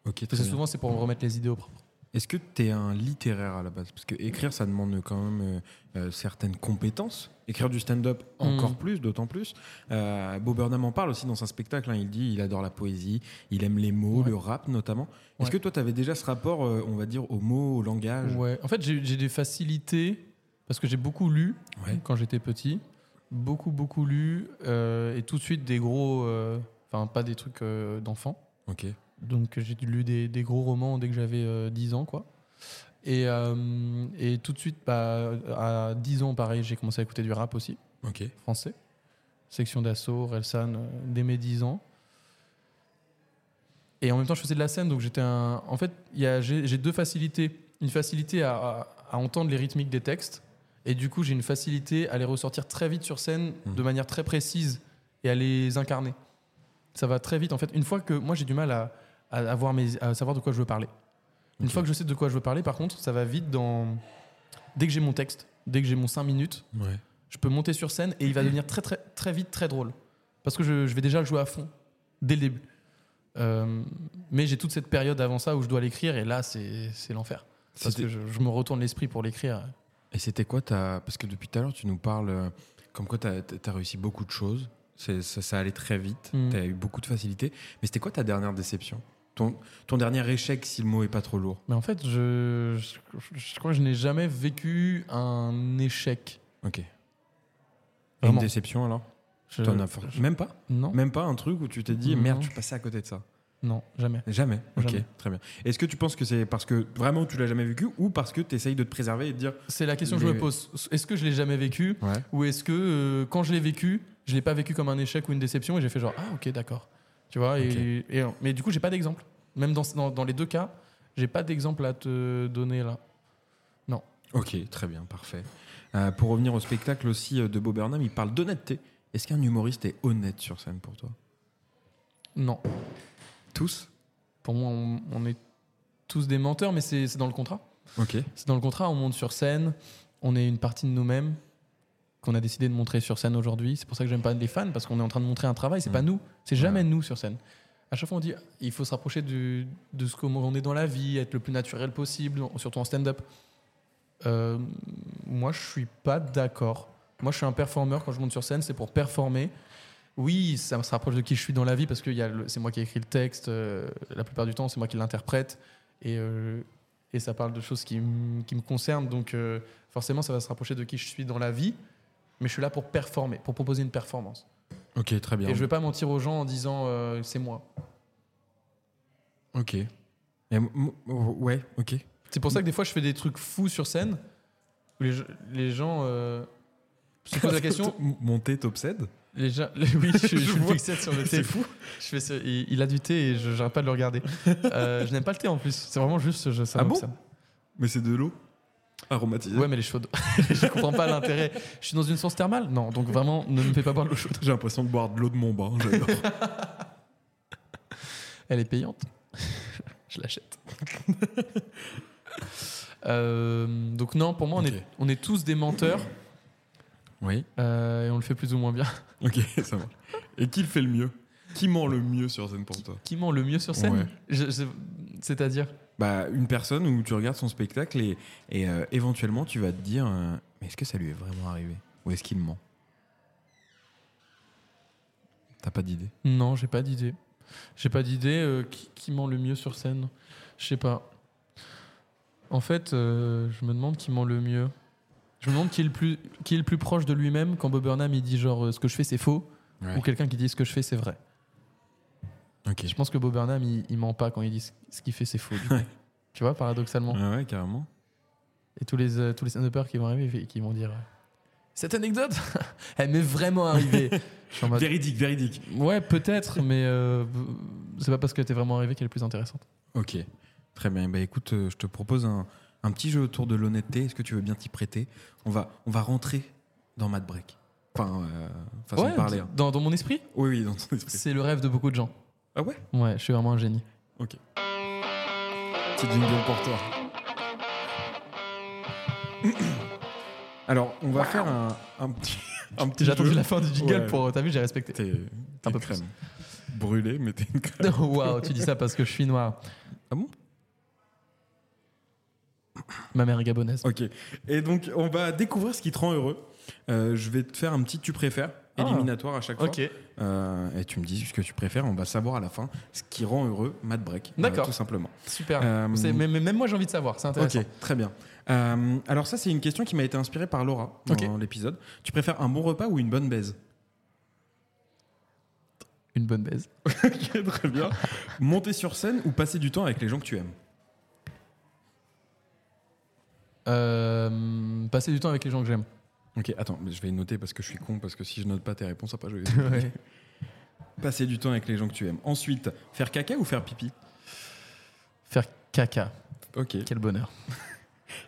S2: Ok.
S1: Parce que souvent, c'est pour me remettre les idées au propre.
S2: Est-ce que tu es un littéraire à la base Parce que écrire, ça demande quand même euh, euh, certaines compétences. Écrire du stand-up encore
S1: Mm.
S2: plus, d'autant plus. Euh, Bob Burnham en parle aussi dans un spectacle. hein. Il dit il adore la poésie, il aime les mots,
S1: Ouais.
S2: le rap notamment. Est-ce
S1: Ouais.
S2: que toi, tu avais déjà ce rapport, euh, on va dire, aux mots, au langage
S1: Ouais. En fait, j'ai j'ai des facilités parce que j'ai beaucoup lu
S2: Ouais.
S1: quand j'étais petit. Beaucoup, beaucoup lu. euh, et tout de suite, des gros. euh, Enfin, pas des trucs euh, d'enfant.
S2: Ok.
S1: Donc, j'ai lu des, des gros romans dès que j'avais euh, 10 ans, quoi. Et, euh, et tout de suite, bah, à 10 ans, pareil, j'ai commencé à écouter du rap aussi,
S2: Ok.
S1: français. Section d'assaut, Relsan, euh, dès mes 10 ans. Et en même temps, je faisais de la scène, donc j'étais un. En fait, il y a- j'ai j'ai deux facilités. Une facilité à, à- à entendre les rythmiques des textes, et du coup, j'ai une facilité à les ressortir très vite sur scène,
S2: Mhm.
S1: de manière très précise, et à les incarner. Ça va très vite. En fait, une fois que. Moi, j'ai du mal à, à avoir mes, à savoir de quoi je veux parler. Une
S2: Ok.
S1: fois que je sais de quoi je veux parler, par contre, ça va vite dans. Dès que j'ai mon texte, dès que j'ai mon 5 minutes,
S2: Ouais.
S1: je peux monter sur scène et il va devenir très très très vite très drôle parce que je, je vais déjà le jouer à fond dès le début. Euh, mais j'ai toute cette période avant ça où je dois l'écrire et là c'est c'est l'enfer parce
S2: C'était-
S1: que je, je me retourne l'esprit pour l'écrire.
S2: Et c'était quoi ta... Parce que depuis tout à l'heure, tu nous parles euh, comme quoi tu as, réussi beaucoup de choses. C'est- Ça, ça allait très vite.
S1: Mhm.
S2: Tu as eu beaucoup de facilité. Mais c'était quoi ta dernière déception ton, ton dernier échec, si le mot est pas trop lourd
S1: Mais en fait je, je, je crois que je n'ai jamais vécu un échec.
S2: Ok.
S1: Vraiment.
S2: Une déception alors
S1: Je-
S2: T'en as for-
S1: je-
S2: Même pas
S1: non
S2: Même pas un truc où tu t'es dit
S1: Non.
S2: merde, je suis passé à côté de ça
S1: non jamais.
S2: Jamais. Ok,
S1: Jamais.
S2: très bien. Est-ce que tu penses que c'est parce que vraiment tu l'as jamais vécu ou parce que tu essayes de te préserver et de dire
S1: C'est la question que je
S2: Les-
S1: me pose. Est-ce que je l'ai jamais vécu
S2: Ouais.
S1: ou est-ce que euh, quand je l'ai vécu, je l'ai pas vécu comme un échec ou une déception et j'ai fait genre ah ok d'accord, tu vois. et-
S2: Ok.
S1: Et, mais du coup j'ai pas d'exemple. Même dans, dans, dans les deux cas, j'ai pas d'exemple à te donner là.
S2: Ok, très bien, parfait. Euh, pour revenir au spectacle aussi euh, de Bob Burnham, il parle d'honnêteté. Est-ce qu'un humoriste est honnête sur scène pour toi
S1: Non.
S2: Tous
S1: Pour moi on, on est tous des menteurs, mais c'est c'est dans le contrat.
S2: Ok.
S1: C'est dans le contrat. On monte sur scène, on est une partie de nous-mêmes qu'on a décidé de montrer sur scène aujourd'hui. C'est pour ça que j'aime pas les fans parce qu'on est en train de montrer un travail. C'est
S2: Mm.
S1: pas nous. C'est
S2: Ouais.
S1: jamais nous sur scène. À chaque fois, on dit il faut se rapprocher du- de ce qu'on est dans la vie, être le plus naturel possible, en- surtout en stand-up. Euh, moi, je suis pas d'accord. Moi, je suis un performeur. Quand je monte sur scène, c'est pour performer. Oui, ça se rapproche de qui je suis dans la vie parce que il y a le- c'est moi qui ai écrit le texte. euh, la plupart du temps, c'est moi qui l'interprète. Et, euh, et ça parle de choses qui, m- qui me concernent. Donc, euh, forcément, ça va se rapprocher de qui je suis dans la vie. Mais je suis là pour performer, pour proposer une performance.
S2: Ok, très bien.
S1: Et je vais pas mentir aux gens en disant euh, c'est moi.
S2: Ok. Et m- m- oh, ouais, ok.
S1: C'est pour ça que des fois je fais des trucs fous sur scène où les, les gens euh, se posent la question.
S2: *laughs* Mon thé t'obsède
S1: Les gens, les- oui, je, je
S2: Je
S1: suis
S2: vois.
S1: fixette sur le thé.
S2: *laughs* C'est fou.
S1: Je fais ce- il, il a du thé et je j'arrête pas de le regarder. Euh, je n'aime pas le thé en plus. C'est vraiment juste je, ça
S2: Ah bon
S1: m'obsède.
S2: Mais c'est de l'eau aromatisée.
S1: Ouais, mais les chaudes. *laughs* je comprends pas l'intérêt. Je suis dans une source thermale. Non, donc vraiment ne me fais pas boire de l'eau chaude.
S2: J'ai l'impression de boire de l'eau de mon bain. j'adore.
S1: Elle est payante. *laughs* je l'achète. *laughs* Euh, donc non, pour moi on
S2: Ok.
S1: est on est tous des menteurs
S2: *laughs* oui.
S1: euh, et on le fait plus ou moins bien. *laughs*
S2: Ok, ça marche. Et qui le fait le mieux Qui ment le mieux sur scène pour toi
S1: Qui ment le mieux sur scène
S2: Ouais.
S1: Je- je- C'est-à-dire
S2: bah, Une personne où tu regardes son spectacle et, et, euh, éventuellement tu vas te dire euh, Mais est-ce que ça lui est vraiment arrivé Ou est-ce qu'il ment T'as pas d'idée
S1: Non, j'ai pas d'idée. J'ai pas d'idée euh, qui, qui ment le mieux sur scène. Je sais pas. En fait, euh, je me demande qui ment le mieux. Je me demande qui est le plus, qui est le plus proche de lui-même quand Bob Burnham il dit genre euh, ce que je fais c'est faux
S2: Ouais.
S1: ou quelqu'un qui dit ce que je fais c'est vrai.
S2: Ok.
S1: Je pense que Bob Burnham il, il ment pas quand il dit ce- ce qu'il fait c'est faux. du coup. tu vois, paradoxalement.
S2: Ouais, ouais, carrément.
S1: Et tous les, euh, tous les stand-uppers qui vont arriver et qui vont dire euh, Cette anecdote, *laughs* elle m'est vraiment
S2: *laughs*
S1: arrivée. Je suis en mode,
S2: Véridique, véridique.
S1: Ouais, peut-être, mais euh, c'est pas parce qu'elle t'est vraiment arrivée qu'elle est plus intéressante.
S2: Ok, très bien. Bah, écoute, euh, je te propose un, un petit jeu autour de l'honnêteté. Est-ce que tu veux bien t'y prêter on va, on va rentrer dans Mad Break. Enfin, euh, façon de parler. hein.
S1: dans, dans mon esprit,
S2: Oui, oui, dans ton esprit.
S1: c'est le rêve de beaucoup de gens.
S2: Ah ouais
S1: Ouais, je suis vraiment un génie.
S2: Petit jingle pour toi. Alors, on va faire un, un
S1: *laughs*
S2: petit. Un petit
S1: J'ai attendu
S2: jeu.
S1: la fin du jingle
S2: Ouais.
S1: pour. T'as vu, j'ai respecté. *laughs*
S2: T'es t'es
S1: Un peu
S2: une crème. Brûlé, mais t'es une crème.
S1: Waouh, tu dis ça parce que je suis noir.
S2: Ah bon
S1: Ma mère est gabonaise.
S2: Ok. Et donc, on va découvrir ce qui te rend heureux. Euh, je vais te faire un petit tu préfères
S1: Ah.
S2: éliminatoire à chaque fois. Euh, et tu me dis ce que tu préfères. On va savoir à la fin ce qui rend heureux Matt Break. euh,
S1: D'accord.
S2: tout simplement.
S1: super.
S2: Euh,
S1: C'est- mais, mais même moi, j'ai envie de savoir. C'est
S2: Ok,
S1: intéressant.
S2: très bien. Euh, alors ça, c'est une question qui m'a été inspirée par Laura dans
S1: Ok.
S2: l'épisode. Tu préfères un bon repas ou une bonne baise
S1: Une bonne baise.
S2: Ok, très bien. Monter sur scène ou passer du temps avec les gens que tu aimes
S1: Euh, passer du temps avec les gens que j'aime.
S2: Ok, attends, mais je vais noter parce que je suis con, parce que si je note pas tes réponses, après je vais... *laughs*
S1: Ouais.
S2: Passer du temps avec les gens que tu aimes. Ensuite, faire caca ou faire pipi
S1: Faire caca.
S2: Ok.
S1: Quel bonheur.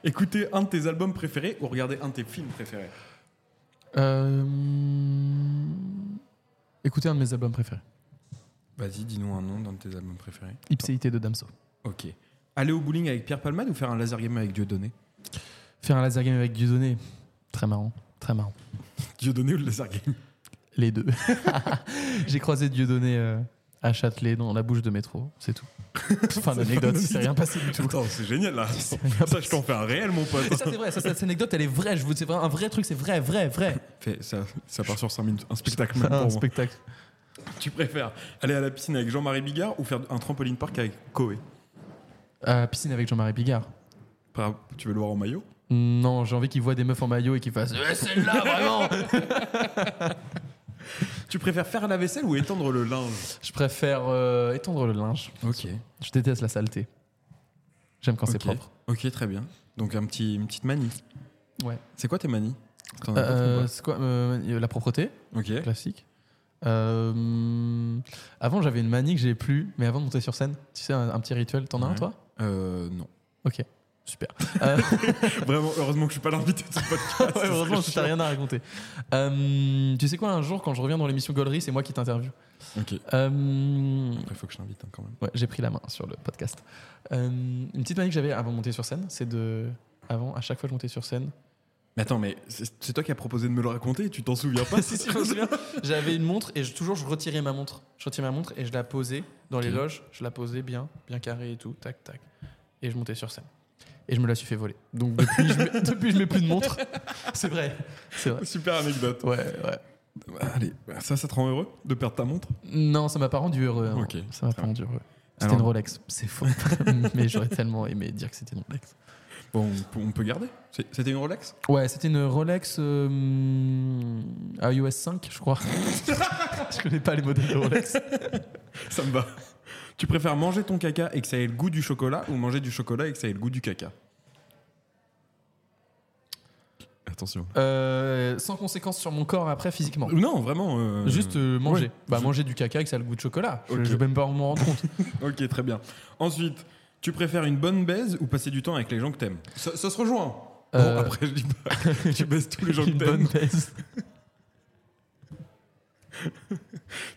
S2: Écouter un de tes albums préférés ou regarder un de tes films préférés
S1: Euh, Écoutez un de mes albums préférés.
S2: Vas-y, dis-nous un nom d'un de tes albums préférés.
S1: Ipséité de Damso.
S2: Ok. Aller au bowling avec Pierre Palmade ou faire un laser game avec Dieudonné
S1: Faire un laser game avec Dieudonné. Très marrant. Très marrant.
S2: Dieudonné ou le laser game
S1: Les deux. *laughs* j'ai croisé Dieudonné euh, à Châtelet dans la bouche de métro. C'est *laughs* tout. Fin d'anecdote. Il s'est rien passé *laughs* du tout.
S2: Attends, *laughs* c'est génial là.
S1: Il s'est rien
S2: Ça,
S1: passé.
S2: je t'en fais un réel, mon pote.
S1: Et ça, c'est vrai, ça, cette anecdote, elle est vraie. Je vous c'est vraiment un vrai truc, c'est vrai, vrai, vrai.
S2: Fais- ça, ça part sur 5 minutes. *laughs* Un spectacle même
S1: C'est
S2: pour
S1: un
S2: moi.
S1: spectacle.
S2: Tu préfères aller à la piscine avec Jean-Marie Bigard ou faire un trampoline park avec Koé
S1: Euh, piscine avec Jean-Marie Bigard.
S2: Par- Tu veux le voir en maillot
S1: Non, j'ai envie qu'il voit des meufs en maillot et qu'il fasse. Eh, celle-là, vraiment
S2: Tu préfères faire la vaisselle ou étendre le linge
S1: Je préfère euh, étendre le linge.
S2: Ok.
S1: Je déteste la saleté. J'aime quand
S2: Ok.
S1: c'est propre.
S2: Ok, très bien. Donc un petit, une petite manie.
S1: Ouais.
S2: C'est quoi tes manies T'en as
S1: Euh,
S2: d'autres
S1: c'est quoi euh, La propreté,
S2: ou pas Ok.
S1: classique. Euh, avant, j'avais une manie que j'ai plus, mais avant de monter sur scène, tu sais, un, un petit rituel. T'en as un,
S2: Ouais.
S1: toi
S2: Euh, non.
S1: Ok, super.
S2: *laughs*
S1: *laughs*
S2: Vraiment, heureusement que je suis pas l'invité de ce podcast.
S1: Ouais, heureusement, je t'ai rien à raconter. Euh, tu sais quoi, un jour, quand je reviens dans l'émission Gollery, c'est moi qui t'interview.
S2: Ok.
S1: Euh,
S2: Il faut que je l'invite hein, quand même.
S1: ouais, j'ai pris la main sur le podcast. Euh, une petite manie que j'avais avant de monter sur scène, c'est de. Avant, à chaque fois que je montais sur scène.
S2: Mais attends, mais c'est c'est toi qui as proposé de me le raconter et tu t'en souviens
S1: *laughs*
S2: pas
S1: si, si, je me souviens. J'avais une montre et je- toujours, je retirais ma montre. Je retirais ma montre et je la posais dans les
S2: Ok.
S1: loges. Je la posais bien, bien carrée et tout, tac, tac. Et je montais sur scène. Et je me la suis fait voler. Donc depuis, je mets, *laughs* depuis, je mets plus de montre. C'est vrai. C'est vrai.
S2: *laughs* Super anecdote.
S1: Ouais, ouais.
S2: Allez, ça, ça te rend heureux de perdre ta montre
S1: Non, ça m'a pas rendu heureux. hein.
S2: Ok,
S1: Ça m'a
S2: très
S1: pas rendu heureux. C'était
S2: Alors-
S1: une Rolex, c'est faux. *laughs* mais j'aurais tellement aimé dire que c'était une Rolex.
S2: Bon, on peut, on peut garder. C'est- C'était
S1: *laughs*
S2: une Rolex
S1: Ouais, c'était une Rolex euh, hum, iOS 5, je crois. *laughs* je connais pas les modèles de Rolex.
S2: Ça me va. Tu préfères manger ton caca et que ça ait le goût du chocolat ou manger du chocolat et que ça ait le goût du caca Attention.
S1: Euh, sans conséquence sur mon corps après physiquement.
S2: Non, vraiment. euh,
S1: Juste euh, manger.
S2: ouais.
S1: Bah
S2: Je-
S1: manger du caca et que ça a le goût de chocolat. Je-
S2: Ok.
S1: Je vais même pas m'en rendre compte.
S2: Ok, très bien. Ensuite, tu préfères une bonne baise ou passer du temps avec les gens que t'aimes ça, ça se rejoint.
S1: Euh.
S2: Bon, après, je dis pas.
S1: *laughs*
S2: tu baises tous les gens que
S1: Une bonne
S2: t'aimes.
S1: baisse.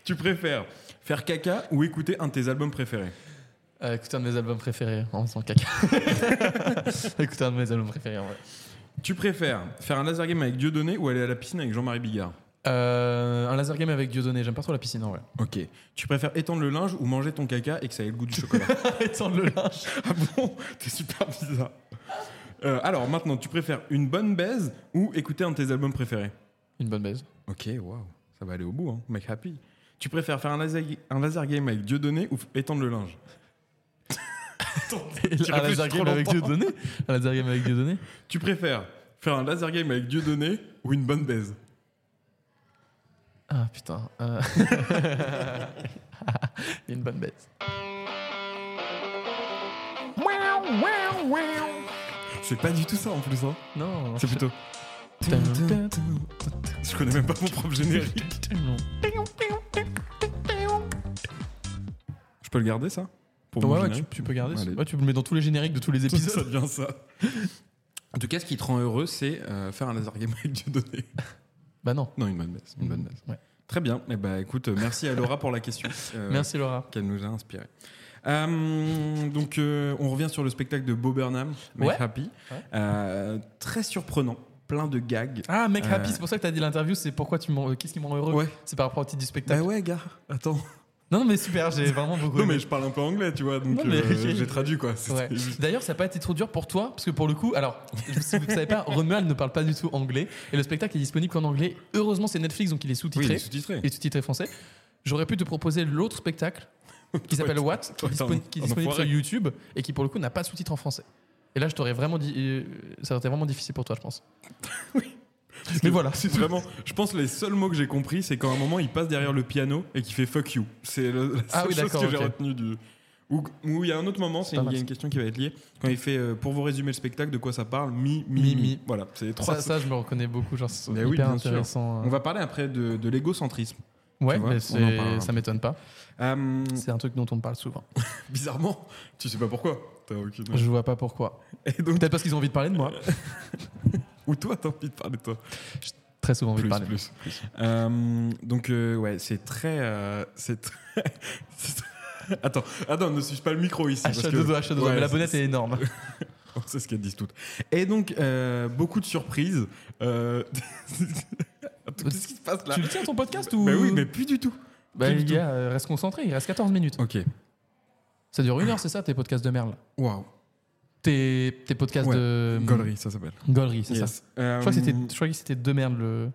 S2: Tu préfères faire caca ou écouter un de tes albums préférés
S1: Euh, écoutez un de mes albums préférés en faisant
S2: *laughs*
S1: caca. écoutez un de mes albums préférés en vrai.
S2: Tu préfères faire un laser game avec Dieudonné ou aller à la piscine avec Jean-Marie Bigard
S1: Euh, un laser game avec Dieudonné, j'aime pas trop la piscine en
S2: *laughs*
S1: vrai.
S2: Ok. Tu préfères étendre le linge ou manger ton caca et que ça ait le goût du chocolat
S1: Étendre le linge.
S2: *laughs* Ah bon T'es super bizarre. Euh, alors maintenant, tu préfères une bonne baise ou écouter un de tes albums préférés
S1: Une bonne baisse.
S2: Ok, waouh, ça va aller au bout, hein. mec happy. Tu préfères faire un laser, un laser game avec Dieudonné ou f- étendre le linge
S1: Et
S2: J'ai
S1: un
S2: réfléchi
S1: laser
S2: trop
S1: game avec
S2: longtemps.
S1: Dieudonné Un laser game avec Dieudonné
S2: Tu préfères faire un laser game avec Dieudonné ou une bonne baise
S1: Ah putain. euh. *laughs* Une bonne bête.
S2: C'est pas du tout ça en plus, hein.
S1: Non.
S2: C'est plutôt. Je connais même pas mon propre générique. Je peux le garder ça Pour mon
S1: Ouais, ouais, tu,
S2: générique
S1: tu peux garder. ça.
S2: Allez.
S1: Ouais, tu le mets dans tous les génériques de tous les
S2: Ça
S1: épisodes.
S2: devient ça. En tout cas, ce qui te rend heureux, c'est euh, faire un laser game avec Dieudonné.
S1: bah non.
S2: Non, une bonne baisse. Une bonne baisse.
S1: Ouais.
S2: Très bien. Eh ben, écoute, euh, merci à Laura pour la question euh,
S1: *laughs* Merci Laura.
S2: qu'elle nous a inspirée. Euh, donc, euh, on revient sur le spectacle de Bob Burnham, Make
S1: Ouais.
S2: Happy.
S1: Ouais.
S2: Euh, très surprenant, plein de gags.
S1: Ah mec
S2: Euh,
S1: happy, c'est pour ça que t'as dit l'interview, c'est pourquoi tu me rends- euh, qu'est-ce qui me rend heureux
S2: Ouais.
S1: C'est par rapport au titre du
S2: Bah
S1: spectacle.
S2: ouais, gars, attends.
S1: Non, non mais super, j'ai vraiment beaucoup.
S2: Non,
S1: aimé.
S2: mais je parle un peu anglais, tu vois, donc
S1: Non, mais-
S2: euh, j'ai traduit quoi. C'était
S1: Ouais.
S2: juste-
S1: D'ailleurs, ça n'a pas été trop dur pour toi, parce que pour le coup, alors, je- si vous ne savez pas, Romuald ne parle pas du tout anglais, et le spectacle est disponible qu'en anglais. Heureusement, c'est Netflix, donc il est
S2: Oui, il
S1: sous-titré,
S2: est sous-titré.
S1: et sous-titré français. J'aurais pu te proposer l'autre spectacle, qui s'appelle What, qui est
S2: toi, t'es un-
S1: disponi- qui est
S2: un
S1: disponible sur
S2: enfoiré.
S1: YouTube, et qui pour le coup n'a pas de sous-titre en français. Et là, je t'aurais vraiment dit, euh, ça aurait été vraiment difficile pour toi, je
S2: *laughs*
S1: pense. Mais voilà, c'est tout.
S2: Vraiment, je pense que les seuls mots que j'ai compris, c'est qu'à un moment, il passe derrière le piano et qu'il fait fuck you. C'est le- la seule
S1: Ah oui,
S2: chose que
S1: d'accord,
S2: j'ai
S1: ok.
S2: retenue du. Ou ou il y a un autre moment, c'est
S1: pas
S2: une, il y
S1: mal.
S2: a une question qui va être liée. Quand il fait euh, pour vous résumer le spectacle, de quoi ça parle Mi, mi, mi.
S1: Mi, mi.
S2: Voilà, c'est les trois.
S1: Ça, ça, je me reconnais beaucoup, genre, c'est
S2: Mais
S1: hyper
S2: oui, bien sûr.
S1: intéressant. hein.
S2: On va parler après de, de l'égocentrisme.
S1: Ouais,
S2: tu vois,
S1: mais
S2: on en
S1: c'est-
S2: parlera un
S1: ça
S2: peu.
S1: m'étonne pas.
S2: Euh,
S1: C'est un truc dont on parle souvent.
S2: bizarrement, tu sais pas pourquoi. T'as aucune-
S1: Je vois pas pourquoi.
S2: Et donc,
S1: Peut-être parce qu'ils ont envie de parler de moi.
S2: ou toi, t'as envie de parler de toi.
S1: Très souvent envie de parler.
S2: plus, plus. Euh, donc, euh, ouais, c'est très. euh, c'est très- *laughs* c'est très- Attends, attends, ne suis pas le micro ici. parce
S1: Achat
S2: que-
S1: de dos, achat de dos.
S2: Ouais,
S1: Mais la
S2: c'est-
S1: bonnette est énorme.
S2: C'est ce qu'elles disent toutes. Et donc, euh, beaucoup de surprises. Euh, *laughs* Attends, Qu'est-ce qui se passe là
S1: Tu le tiens ton podcast ou
S2: Bah oui, mais plus du tout.
S1: Bah,
S2: plus
S1: les
S2: du
S1: gars, euh, reste concentré, il reste 14 minutes.
S2: Ok.
S1: Ça dure une heure, c'est ça, tes podcasts de merde là
S2: Waouh.
S1: Tes, tes podcasts
S2: Ouais,
S1: de.
S2: Gollerie, ça s'appelle.
S1: Gollery, Euh, c'est ça.
S2: Yes. Euh,
S1: Je crois que c'était- je crois que c'était deux merdes le,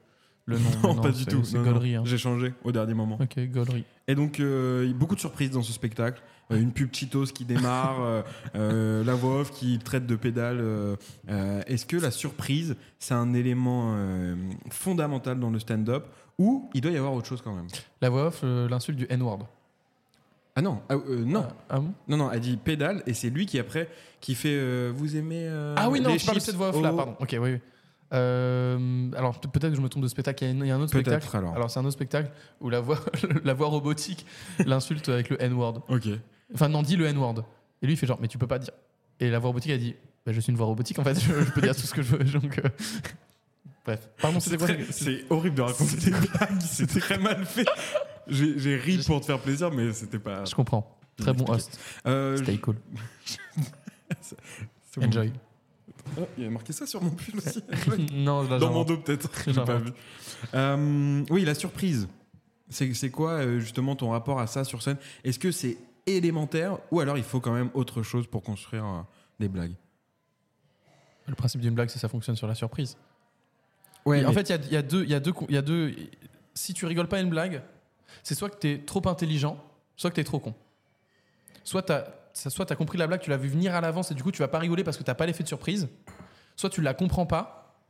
S1: le nom.
S2: Non,
S1: mais
S2: pas du
S1: c'est-
S2: tout.
S1: C'est
S2: Non, non,
S1: Gollery. hein.
S2: J'ai changé au dernier moment.
S1: Ok, Gollery.
S2: Et donc, euh, il y a beaucoup de surprises dans ce spectacle. Euh, une pub Cheetos qui *laughs* démarre, euh, euh, la voix off qui traite de pédale. euh, euh, Est-ce que la surprise, c'est un élément euh, fondamental dans le stand-up ou il doit y avoir autre chose quand même
S1: La voix off, euh, l'insulte du N-word.
S2: Ah non, ah, euh, non,
S1: Ah, ah bon
S2: non, non, elle dit pédale et c'est lui qui après qui fait euh, vous aimez. euh,
S1: Ah oui, non,
S2: les
S1: je parle de
S2: chips
S1: cette
S2: Oh.
S1: voix off là,
S2: au-
S1: pardon. Ok, oui, oui. Euh, alors peut- peut-être que je me trompe de spectacle. Il y a, une- il y a un autre
S2: Peut-être,
S1: spectacle.
S2: alors.
S1: c'est un autre spectacle où la voix, *laughs* la voix robotique *laughs* l'insulte avec le N-word.
S2: Ok.
S1: Enfin, non, dit le N-word. Et lui, il fait genre, mais tu peux pas dire. Et la voix robotique, elle dit, bah, je suis une voix robotique en fait, *laughs* je, je peux dire tout ce que je veux. Donc, euh, *laughs* Bref. Pardon,
S2: C'est
S1: c'était quoi
S2: très-
S1: la-
S2: c'est horrible de *laughs* raconter des blagues, c'était très mal fait. J'ai j'ai ri pour te faire plaisir, mais c'était pas.
S1: Je comprends. Très bon host.
S2: Euh, je-
S1: Stay cool.
S2: c'est bon. *laughs*
S1: Enjoy.
S2: Ah, il y a marqué ça sur mon pull aussi.
S1: non, là,
S2: Dans
S1: j'en-
S2: mon dos peut-être. J'ai
S1: J'invente.
S2: pas vu. Euh, oui, la surprise. C'est c'est quoi euh, justement ton rapport à ça sur scène Est-ce que c'est élémentaire ou alors il faut quand même autre chose pour construire euh, des blagues
S1: Le principe d'une blague, c'est que ça fonctionne sur la surprise.
S2: Ouais.
S1: Et En fait, il y a, il y a deux, il y a deux, il y a deux. Si tu rigoles pas à une blague, c'est soit que t'es trop intelligent, soit que t'es trop con. Soit t'as, ça- soit t'as compris la blague, tu l'as vu venir à l'avance et du coup tu vas pas rigoler parce que t'as pas l'effet de surprise. Soit tu la comprends pas,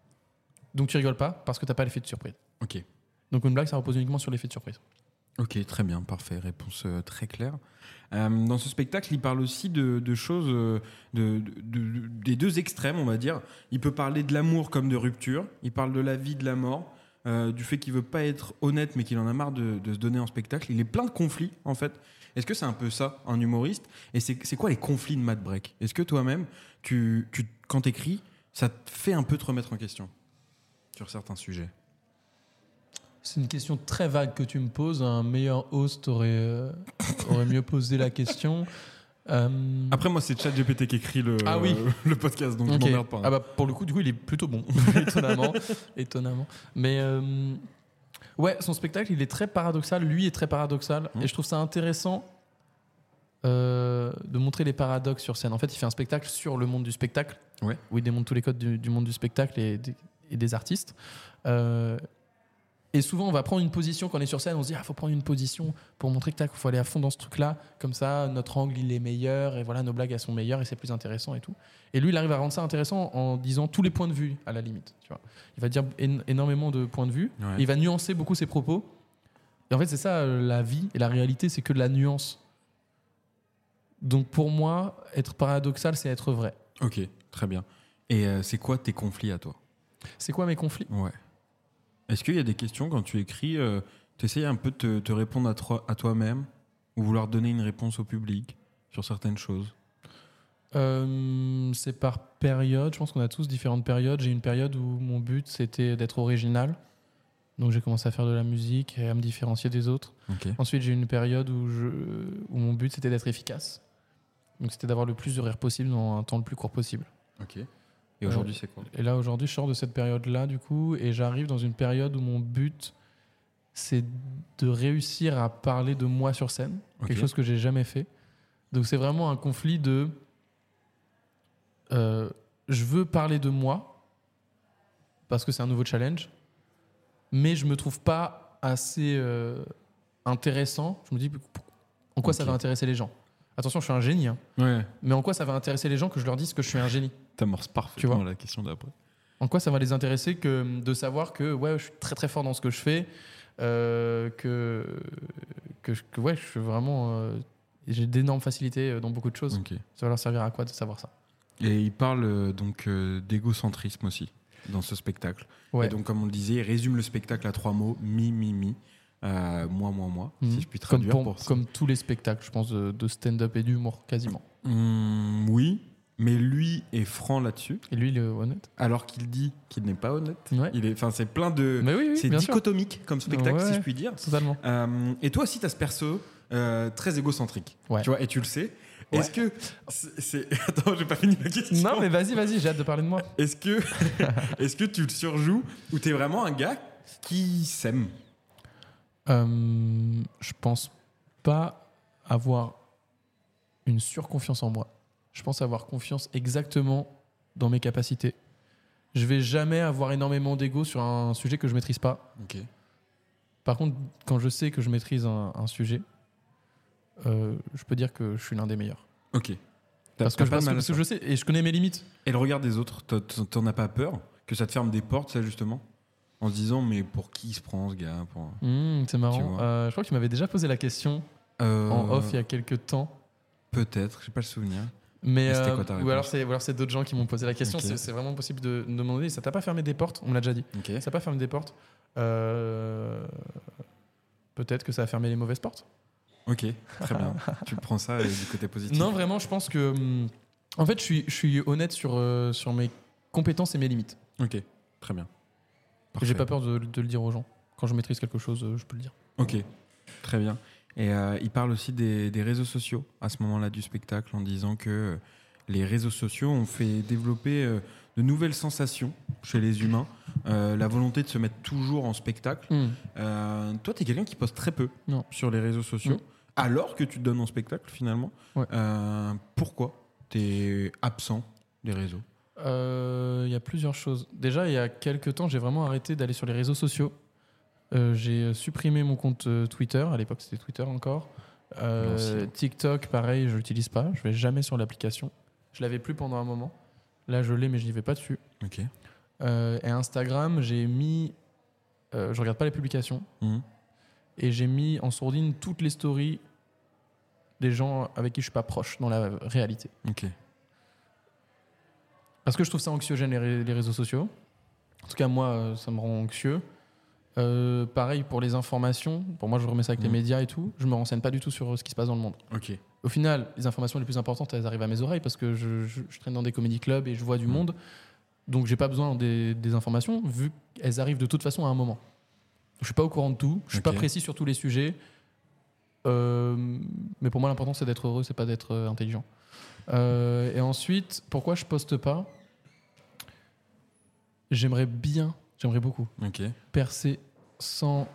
S1: donc tu rigoles pas parce que t'as pas l'effet de surprise.
S2: Ok.
S1: Donc une blague, ça repose uniquement sur l'effet de surprise.
S2: Ok, très bien, parfait. Réponse euh, très claire. Euh, dans ce spectacle, il parle aussi de, de choses, euh, de, de- de- des deux extrêmes, on va dire. Il peut parler de l'amour comme de rupture. Il parle de la vie, de la mort, euh, du fait qu'il veut pas être honnête, mais qu'il en a marre de, de se donner en spectacle. Il est plein de conflits, en fait. Est-ce que c'est un peu ça, un humoriste Et c'est c'est quoi les conflits de Matt Break Est-ce que toi-même, tu, tu, quand t'écris, ça te fait un peu te remettre en question sur certains sujets
S1: C'est une question très vague que tu me poses. Un meilleur host aurait, euh, aurait mieux posé la question. Euh,
S2: Après, moi, c'est ChatGPT qui écrit le,
S1: Ah oui.
S2: *laughs* le podcast, donc
S1: Ok.
S2: je m'emmerde pas. hein.
S1: Ah bah, pour le coup, du coup, il est plutôt
S2: *laughs*
S1: bon, étonnamment. étonnamment. Mais euh, ouais, son spectacle, il est très paradoxal. Lui est très paradoxal.
S2: Mhm.
S1: Et je trouve ça intéressant euh, de montrer les paradoxes sur scène. En fait, il fait un spectacle sur le monde du spectacle,
S2: Ouais.
S1: où il démonte tous les codes du, du monde du spectacle et, des- et des artistes. Euh, et souvent, on va prendre une position quand on est sur scène. On se dit, ah, faut prendre une position pour montrer que tac, faut aller à fond dans ce truc-là. Comme ça, notre angle, il est meilleur. Et voilà, nos blagues, elles sont meilleures et c'est plus intéressant et tout. Et lui, il arrive à rendre ça intéressant en disant tous les points de vue, à la limite. Tu vois. Il va dire éno- énormément de points de vue.
S2: Ouais.
S1: Et il va nuancer beaucoup ses propos. Et en fait, c'est ça, euh, la vie et la réalité, c'est que de la nuance. Donc pour moi, être paradoxal, c'est être vrai.
S2: Ok, très bien. Et euh, c'est quoi tes conflits à toi
S1: C'est quoi mes conflits
S2: Ouais. Est-ce qu'il y a des questions quand tu écris, tu essayes un peu de te, te répondre à, toi- à toi-même ou vouloir donner une réponse au public sur certaines choses
S1: Euh, c'est par période. Je pense qu'on a tous différentes périodes. J'ai une période où mon but c'était d'être original. Donc j'ai commencé à faire de la musique et à me différencier des autres.
S2: Ok.
S1: Ensuite, j'ai eu une période où, je, où mon but, c'était d'être efficace. Donc, c'était d'avoir le plus de rire possible dans un temps le plus court possible.
S2: Ok. Et aujourd'hui, c'est quoi
S1: Et là, aujourd'hui, je sors de cette période-là, du coup, et j'arrive dans une période où mon but, c'est de réussir à parler de moi sur scène,
S2: Ok.
S1: quelque chose que j'ai jamais fait. Donc, c'est vraiment un conflit de. euh, je veux parler de moi, parce que c'est un nouveau challenge, mais je me trouve pas assez euh, intéressant. Je me dis, en quoi ça
S2: Ok.
S1: va intéresser les gens Attention, je suis un génie, hein,
S2: Euh, Ouais.
S1: mais en quoi ça va intéresser les gens que je leur dise que je suis un génie
S2: T'amorces parfaitement
S1: vois
S2: la question d'après.
S1: en quoi ça va les intéresser que de savoir que ouais, je suis très très fort dans ce que je fais, euh, que, que, je- que, ouais, je suis vraiment. euh, j'ai d'énormes facilités euh, dans beaucoup de choses.
S2: Ok.
S1: Ça va leur servir à quoi de savoir ça
S2: Et il parle euh, donc euh, d'égocentrisme aussi dans ce spectacle.
S1: Ouais.
S2: Et donc, comme on le disait, il résume le spectacle à trois mots mi, mi, mi, euh, moi, moi, moi,
S1: Mhm.
S2: si je puis
S1: comme,
S2: traduire.
S1: pour-
S2: pour ça.
S1: comme tous les spectacles, je pense, de, de stand-up et d'humour, quasiment.
S2: Hum, oui, mais lui est franc là-dessus,
S1: Et lui, il est honnête.
S2: alors qu'il dit qu'il n'est pas honnête.
S1: Ouais.
S2: Il est, enfin, c'est plein de,
S1: Mais oui, oui,
S2: Euh, c'est
S1: bien sûr.
S2: dichotomique comme spectacle,
S1: Ouais.
S2: si je puis dire.
S1: Totalement.
S2: Euh, et toi aussi, t'as ce perso euh, très égocentrique,
S1: Ouais.
S2: tu vois, et tu le sais.
S1: Ouais.
S2: Est-ce que c'est, c'est- *laughs* attends, j'ai pas fini ma question.
S1: Non, mais vas-y, vas-y, j'ai hâte de parler de moi.
S2: Est-ce
S1: *laughs*
S2: que, est-ce que tu le surjoues ou t'es vraiment un gars qui s'aime
S1: Euh, je pense pas avoir une surconfiance en moi. Je pense avoir confiance exactement dans mes capacités. Je vais jamais avoir énormément d'ego sur un sujet que je maîtrise pas.
S2: Ok.
S1: Par contre, quand je sais que je maîtrise un, un sujet, euh, je peux dire que je suis l'un des meilleurs.
S2: Ok. T'as-
S1: Parce
S2: t'as
S1: que, je-
S2: pas
S1: parce que-
S2: mal à
S1: parce que
S2: ça.
S1: je sais et je connais mes limites.
S2: Et le regard des autres, t'en- t'en t'en as pas peur que ça te ferme des portes, ça justement, en se disant mais pour qui il se prend ce gars pour...
S1: Mmh, c'est
S2: Tu
S1: marrant.
S2: vois.
S1: Euh, je crois que tu m'avais déjà posé la question
S2: Euh,
S1: en off il y a quelques temps.
S2: Peut-être, j'ai pas le souvenir.
S1: Mais
S2: Et c'était
S1: euh,
S2: quoi ta
S1: ou
S2: réponse
S1: alors c'est ou alors c'est d'autres gens qui m'ont posé la question.
S2: Ok.
S1: C'est- C'est vraiment possible de de demander. Ça t'a pas fermé des portes On me l'a déjà dit.
S2: Ok.
S1: Ça n'a pas fermé des portes. Euh, Peut-être que ça a fermé les mauvaises portes.
S2: Ok, très bien. tu prends ça euh, du côté positif.
S1: Non, vraiment, je pense que. hum, En fait, je suis, je suis honnête sur, euh, sur mes compétences et mes limites.
S2: Ok, très bien.
S1: J'ai
S2: Parfait.
S1: pas peur de, de le dire aux gens. Quand je maîtrise quelque chose, euh, je peux le dire.
S2: Ok, très bien. Et euh, il parle aussi des, des réseaux sociaux à ce moment-là du spectacle en disant que euh, les réseaux sociaux ont fait développer euh, de nouvelles sensations chez les humains, euh, la volonté de se mettre toujours en spectacle. Euh, toi, tu es quelqu'un qui poste très peu
S1: Non.
S2: sur les réseaux sociaux,
S1: Mm.
S2: alors que tu te donnes en spectacle finalement.
S1: Ouais.
S2: Euh, pourquoi tu es absent des réseaux
S1: Euh, Il y a plusieurs choses. Déjà, il y a quelques temps, j'ai vraiment arrêté d'aller sur les réseaux sociaux. Euh, j'ai supprimé mon compte euh, Twitter. À l'époque, c'était Twitter encore. Euh,
S2: L'ancien.
S1: TikTok, pareil, je l'utilise pas. Je vais jamais sur l'application. Je l'avais plus pendant un moment. Là, je l'ai, mais je n'y vais pas dessus.
S2: Ok.
S1: Euh, et Instagram, j'ai mis. euh, je regarde pas les publications.
S2: Mhm.
S1: Et j'ai mis en sourdine toutes les stories des gens avec qui je suis pas proche dans la réalité.
S2: Ok.
S1: Parce que je trouve ça anxiogène, les, ré- les réseaux sociaux. En tout cas, moi, euh, ça me rend anxieux. Euh, pareil pour les informations. Pour moi, je remets ça avec les
S2: Mhm.
S1: médias et tout. Je me renseigne pas du tout sur euh, ce qui se passe dans le monde.
S2: Ok.
S1: Au final, les informations les plus importantes, elles arrivent à mes oreilles parce que je, je- je traîne dans des comédie clubs et je vois du
S2: Mhm.
S1: monde. Donc, j'ai pas besoin des, des informations vu qu'elles arrivent de toute façon à un moment. Je suis pas au courant de tout. Je suis pas
S2: Ok.
S1: précis sur tous les sujets. Euh, mais pour moi, l'important, c'est d'être heureux, c'est pas d'être euh, intelligent. Euh, et ensuite, pourquoi je poste pas J'aimerais bien, j'aimerais beaucoup
S2: Ok.
S1: percer sans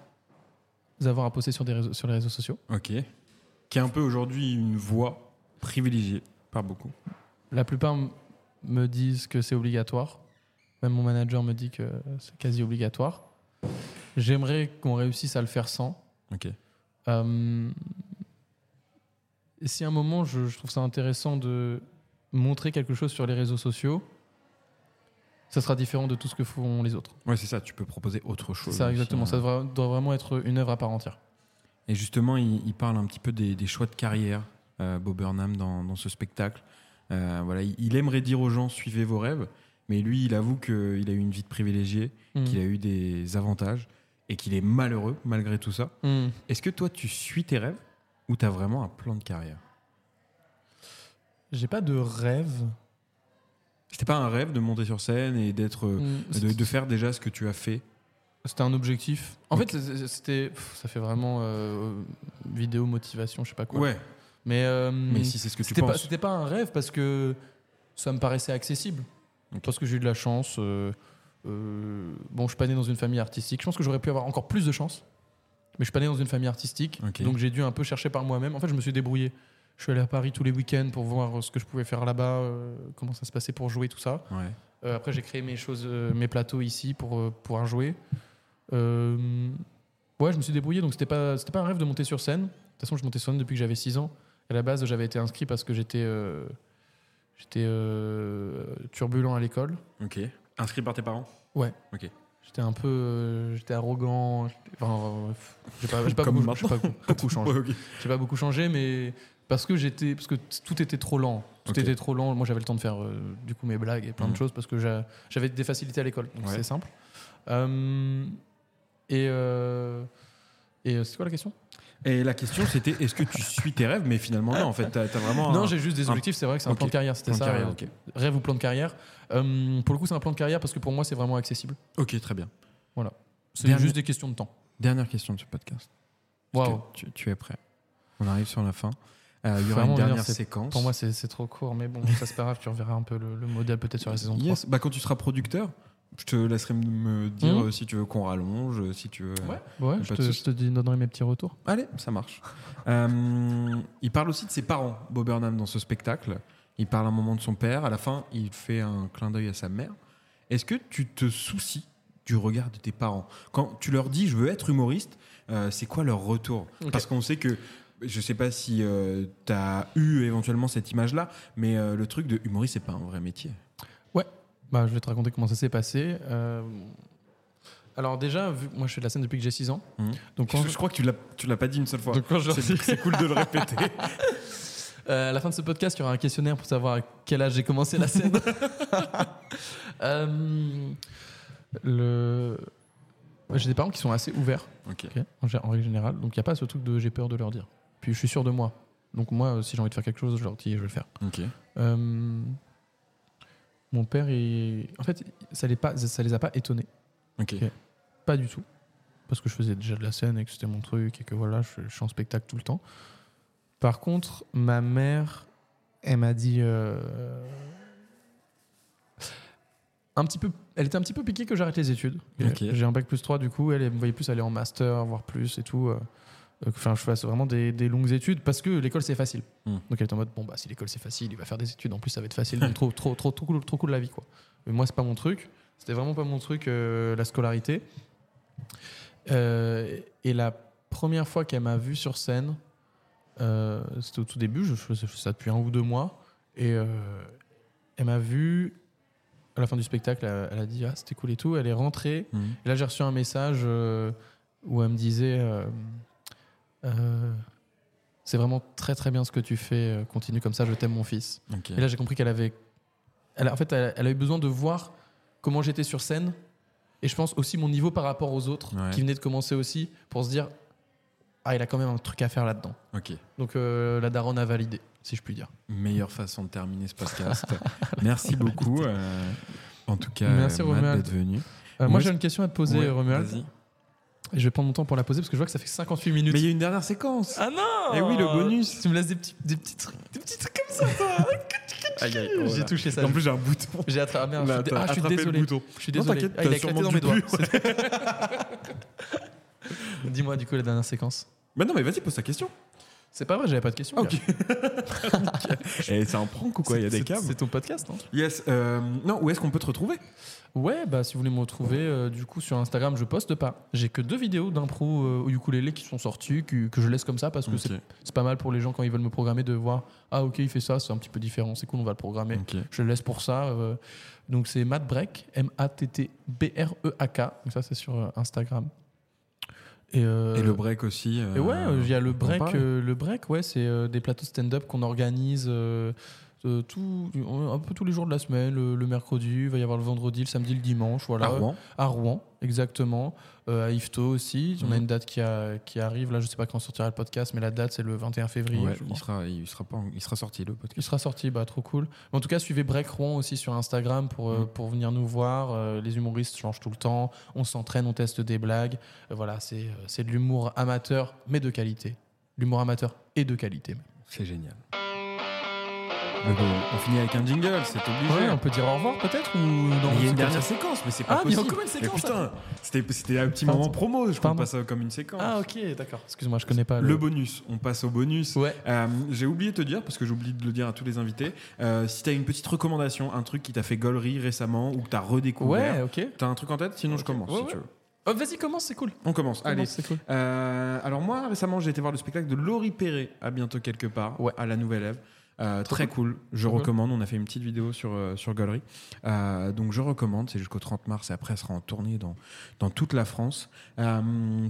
S1: avoir à poster sur, des réseaux- sur les réseaux sociaux.
S2: Ok. Qui est un peu aujourd'hui une voie privilégiée par beaucoup.
S1: La plupart m- me disent que c'est obligatoire. Même mon manager me dit que c'est quasi obligatoire. J'aimerais qu'on réussisse à le faire sans.
S2: Ok.
S1: Euh, et si à un moment, je, je trouve ça intéressant de montrer quelque chose sur les réseaux sociaux, ça sera différent de tout ce que font les autres.
S2: Ouais, c'est ça, tu peux proposer autre
S1: C'est
S2: chose.
S1: ça, exactement.
S2: aussi,
S1: Ça
S2: hein.
S1: devra- doit vraiment être une œuvre à part entière.
S2: Et justement, il, il parle un petit peu des, des choix de carrière, euh, Bob Burnham, dans, dans ce spectacle. Euh, voilà, il, il aimerait dire aux gens suivez vos rêves, mais lui, il avoue qu'il a eu une vie de privilégié,
S1: Mm.
S2: qu'il a eu des avantages et qu'il est malheureux malgré tout ça.
S1: Mm.
S2: Est-ce que toi, tu suis tes rêves ou tu as vraiment un plan de carrière
S1: J'ai pas de rêve.
S2: C'était pas un rêve de monter sur scène et d'être. euh,
S1: Mm.
S2: de, de faire déjà ce que tu as fait
S1: C'était un objectif. En fait, c'est- c'était. pff, Ça fait vraiment euh, vidéo motivation, je sais pas quoi.
S2: Ouais,
S1: Mais, euh,
S2: mais si c'est ce que tu
S1: c'était pas,
S2: penses.
S1: c'était pas un rêve parce que ça me paraissait accessible.
S2: Ok.
S1: Parce que j'ai eu de la chance. euh, euh, bon, je suis pas né dans une famille artistique. Je pense que j'aurais pu avoir encore plus de chance. Mais je suis pas né dans une famille artistique.
S2: Ok.
S1: Donc j'ai dû un peu chercher par moi-même. En fait, je me suis débrouillé. Je suis allé à Paris tous les week-ends pour voir euh, ce que je pouvais faire là-bas, euh, comment ça se passait pour jouer, tout ça.
S2: Ouais.
S1: Euh, après, j'ai créé mes choses, euh, mes plateaux ici pour euh, pouvoir jouer. Euh, ouais, je me suis débrouillé, donc c'était pas, c'était pas un rêve de monter sur scène. De toute façon, je montais sur scène depuis que j'avais 6 ans. À la base, j'avais été inscrit parce que j'étais, euh, j'étais euh, turbulent à l'école.
S2: Ok. Inscrit par tes parents
S1: J'étais un peu, euh, j'étais arrogant. j'étais- Enfin, euh, pff, j'ai pas, j'ai pas
S2: Comme
S1: beaucoup, j'ai pas beaucoup changé.
S2: Ouais, ok.
S1: J'ai pas beaucoup changé, mais parce que j'étais, parce que t- tout était trop lent. Tout
S2: Ok.
S1: était trop lent. Moi, j'avais le temps de faire euh, du coup mes blagues et plein
S2: Mhm.
S1: de choses parce que j'a- j'avais des facilités à l'école. Donc
S2: Ouais.
S1: c'est simple. Euh, et euh, et euh, c'est quoi la question
S2: Et la question, c'était est-ce que tu suis tes rêves Mais finalement, non, en fait, t'as t'as vraiment.
S1: Non,
S2: un-
S1: j'ai juste des
S2: un-
S1: objectifs. C'est vrai que c'est un
S2: ok.
S1: plan de carrière. C'était
S2: Plan de
S1: ça.
S2: carrière,
S1: euh,
S2: ok.
S1: Rêve ou plan de carrière. Euh, pour le coup, c'est un plan de carrière parce que pour moi, c'est vraiment accessible.
S2: Ok, très bien.
S1: C'est
S2: Dernier-
S1: juste des questions de temps.
S2: Dernière question de ce podcast. Est-ce
S1: Waouh.
S2: que Tu, tu es prêt. On arrive sur la fin. Euh, il y aura
S1: Vraiment,
S2: une
S1: une heure,
S2: dernière
S1: c'est-
S2: séquence.
S1: Pour moi, c'est c'est trop court, mais bon, ça c'est pas grave. Tu reverras un peu le, le modèle peut-être sur la saison 3.
S2: Yes. Bah, quand tu seras producteur, je te laisserai me- me dire
S1: Mhm.
S2: euh, si tu veux qu'on rallonge, euh, si tu veux. euh,
S1: Ouais, ouais
S2: Pas
S1: je,
S2: de
S1: te,
S2: souci.
S1: je te dis- donnerai mes petits retours.
S2: Allez, ça marche. *laughs* Euh, il parle aussi de ses parents, Bob Burnham, dans ce spectacle. Il parle un moment de son père. À la fin, il fait un clin d'œil à sa mère. Est-ce que tu te soucies du regard de tes parents Quand tu leur dis je veux être humoriste, euh, c'est quoi leur retour
S1: Ok.
S2: Parce qu'on sait que. Je sais pas si tu as eu éventuellement cette image-là, mais euh, le truc de humoriste, c'est pas un vrai métier.
S1: Bah, je vais te raconter comment ça s'est passé. Euh, Alors déjà, vu- moi je fais de la scène depuis que j'ai 6 ans.
S2: Mhm.
S1: Donc quand
S2: je, je crois que tu l'as- tu l'as pas dit une seule fois.
S1: donc quand je leur
S2: C'est
S1: dis-
S2: c'est cool de
S1: *laughs*
S2: le répéter.
S1: Euh, à la fin de ce podcast, il y aura un questionnaire pour savoir à quel âge j'ai commencé la scène. *laughs* Euh, le... J'ai des parents qui sont assez ouverts
S2: Ok.
S1: ok, en gé- en règle générale, donc il n'y a pas ce truc de j'ai peur de leur dire. Puis je suis sûr de moi. Donc moi, euh, si j'ai envie de faire quelque chose, je leur dis et je vais le faire.
S2: Ok.
S1: Euh, Mon père, il- en fait, ça les pas- ça les a pas étonnés.
S2: Ok.
S1: Pas du tout. Parce que je faisais déjà de la scène et que c'était mon truc et que voilà, je, je suis en spectacle tout le temps. Par contre, ma mère, elle m'a dit. euh, un petit peu, elle était un petit peu piquée que j'arrête les études. Euh,
S2: Ok.
S1: J'ai un bac plus 3 du coup, elle, elle me voyait plus aller en master, voire plus et tout. euh, euh, Enfin, je fasse vraiment des, des longues études parce que l'école c'est facile.
S2: Hmm.
S1: Donc elle était en mode bon bah si l'école c'est facile, il va faire des études. En plus ça va être facile, donc trop trop trop trop cool, trop cool la vie quoi. Mais moi c'est pas mon truc. C'était vraiment pas mon truc euh, la scolarité. Euh, et la première fois qu'elle m'a vu sur scène, euh, c'était au tout début, je faisais ça depuis un ou deux mois, et euh, elle m'a vu à la fin du spectacle, elle, elle a dit ah c'était cool et tout, elle est rentrée.
S2: Mhm.
S1: Et là j'ai reçu un message euh, où elle me disait euh, Euh, c'est vraiment très très bien ce que tu fais, euh, continue comme ça, je t'aime mon fils.
S2: Ok.
S1: Et là, j'ai compris qu'elle avait. Elle, a- en fait, elle, elle a eu besoin de voir comment j'étais sur scène. Et je pense aussi mon niveau par rapport aux autres
S2: Ouais.
S1: qui venaient de commencer aussi pour se dire Ah, il a quand même un truc à faire là-dedans.
S2: Ok.
S1: Donc euh, la daronne a validé, si je puis dire.
S2: Meilleure façon de terminer ce
S1: *laughs*
S2: podcast. Merci beaucoup. euh, en tout cas,
S1: Merci,
S2: euh, Matt,
S1: Romuald.
S2: d'être venu.
S1: Euh,
S2: Ouais,
S1: moi,
S2: c'est-
S1: j'ai une question à te poser,
S2: Ouais,
S1: Romuald.
S2: vas-y.
S1: Et je vais prendre mon temps pour la poser parce que je vois que ça fait 58 minutes.
S2: Mais il y a une dernière séquence.
S1: Ah non
S2: Eh oui, le bonus.
S1: Tu me laisses des petits, des petits trucs, des petits trucs comme ça, toi. Ah,
S2: Aïe, aïe, oh
S1: J'ai
S2: là.
S1: touché ça.
S2: En plus, j'ai un bouton.
S1: J'ai attrapé un. je
S2: Là,
S1: suis dé-
S2: t'as
S1: ah, je suis
S2: attrapé le
S1: désolé.
S2: bouton.
S1: Je suis
S2: Non,
S1: désolé.
S2: t'inquiète,
S1: Ah, il
S2: t'as
S1: a éclaté
S2: sûrement
S1: dans mes
S2: du
S1: doigts.
S2: cul,
S1: Dis-moi du coup la dernière séquence.
S2: *laughs* Mais non, mais vas-y, pose ta question.
S1: C'est pas vrai, j'avais pas de question.
S2: Ah, ok. Et Eh, c'est un prank ou quoi Il y a des câbles.
S1: C'est ton podcast, non
S2: Yes. euh, non, où est-ce qu'on peut te retrouver
S1: Ouais, bah si vous voulez me retrouver, euh, du coup sur Instagram, je poste pas. J'ai que deux vidéos d'impro euh, au ukulélé qui sont sorties, que, que je laisse comme ça parce que
S2: Ok.
S1: c'est- c'est pas mal pour les gens quand ils veulent me programmer de voir ah ok il fait ça, c'est un petit peu différent, c'est cool, on va le programmer.
S2: Ok.
S1: Je le laisse pour ça. euh. donc c'est Matt Break, M-A-T-T-B-R-E-A-K. E Donc ça c'est sur euh, Instagram. Et, euh,
S2: Et le break aussi. euh,
S1: Et ouais, il y a le
S2: on en
S1: break.
S2: parle
S1: euh, le break, ouais, c'est euh, des plateaux stand-up qu'on organise euh, euh, tout, un peu tous les jours de la semaine, le, le mercredi, il va y avoir le vendredi, le samedi, le dimanche, voilà.
S2: À Rouen.
S1: À Rouen, exactement. Euh, à Ifto aussi. On a
S2: Mhm.
S1: une date qui, a- qui arrive. Là, je sais pas quand sortira le podcast, mais la date, c'est le 21 février.
S2: Ouais,
S1: je
S2: il,
S1: crois.
S2: sera, il, sera pas, en- il sera sorti le
S1: Il
S2: podcast.
S1: sera sorti, bah trop cool. Mais en tout cas, suivez Break Rouen aussi sur Instagram pour, euh,
S2: Mhm.
S1: pour venir nous voir. Euh, les humoristes changent tout le temps. On s'entraîne, on teste des blagues. Euh, voilà, c'est euh, c'est de l'humour amateur, mais de qualité. L'humour amateur et de qualité. même.
S2: C'est génial. Mais bon, on finit avec un jingle, c'est obligé.
S1: Ouais, on peut dire au revoir peut-être ou non c'est
S2: il y a une
S1: comme
S2: dernière
S1: ça
S2: séquence, mais c'est pas
S1: Ah, mais il y a
S2: possible.
S1: encore une séquence,
S2: Mais putain, c'était, c'était un petit
S1: Pardon.
S2: moment promo, je compte
S1: Pardon.
S2: pas ça comme une séquence.
S1: Ah ok, d'accord. Excuse-moi, je connais pas
S2: le bonus, on passe au bonus.
S1: Ouais.
S2: Euh, j'ai oublié de te dire, parce que j'oublie de le dire à tous les invités, euh, si t'as une petite recommandation, un truc qui t'a fait gaulerie récemment ou que t'as redécouvert,
S1: Ouais, ok.
S2: t'as un truc en tête Sinon je
S1: Ok.
S2: commence
S1: Ouais,
S2: si
S1: ouais.
S2: tu veux.
S1: Oh, Vas-y, commence, c'est cool.
S2: On commence, allez.
S1: Commence, c'est cool.
S2: Euh, alors moi récemment j'ai été voir le spectacle de Laurie Perret à bientôt quelque part
S1: Ouais.
S2: à la Nouvelle Ève. Euh,
S1: Trop
S2: très cool, je
S1: Trop cool. Mhm.
S2: recommande. On a fait une petite vidéo sur, euh, sur Galerie. Euh, donc je recommande, c'est jusqu'au 30 mars et après elle sera en tournée dans, dans toute la France. Euh,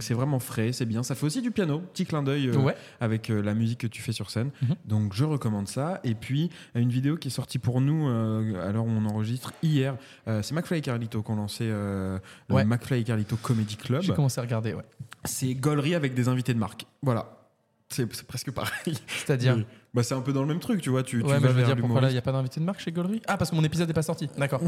S2: c'est vraiment frais, c'est bien. Ça fait aussi du piano, petit clin d'œil euh,
S1: ouais.
S2: avec euh, la musique que tu fais sur scène.
S1: Mhm.
S2: Donc je recommande ça. Et puis une vidéo qui est sortie pour nous euh, à l'heure où on enregistre hier. Euh, c'est McFly et Carlito qu'on lançait euh,
S1: Ouais.
S2: le McFly et Carlito Comedy Club.
S1: J'ai commencé à regarder, ouais.
S2: C'est gaulerie avec des invités de marque. Voilà. C'est c'est
S1: *laughs*
S2: presque pareil.
S1: C'est-à-dire.
S2: Mais, bah, c'est un peu dans le même truc, tu vois. Tu, tu
S1: ouais, mais
S2: vas
S1: je veux
S2: vers
S1: dire pourquoi là, il
S2: l'humoriste.
S1: n'y a pas d'invité de marque chez Gollery Ah, parce que mon épisode n'est pas sorti. *laughs* D'accord.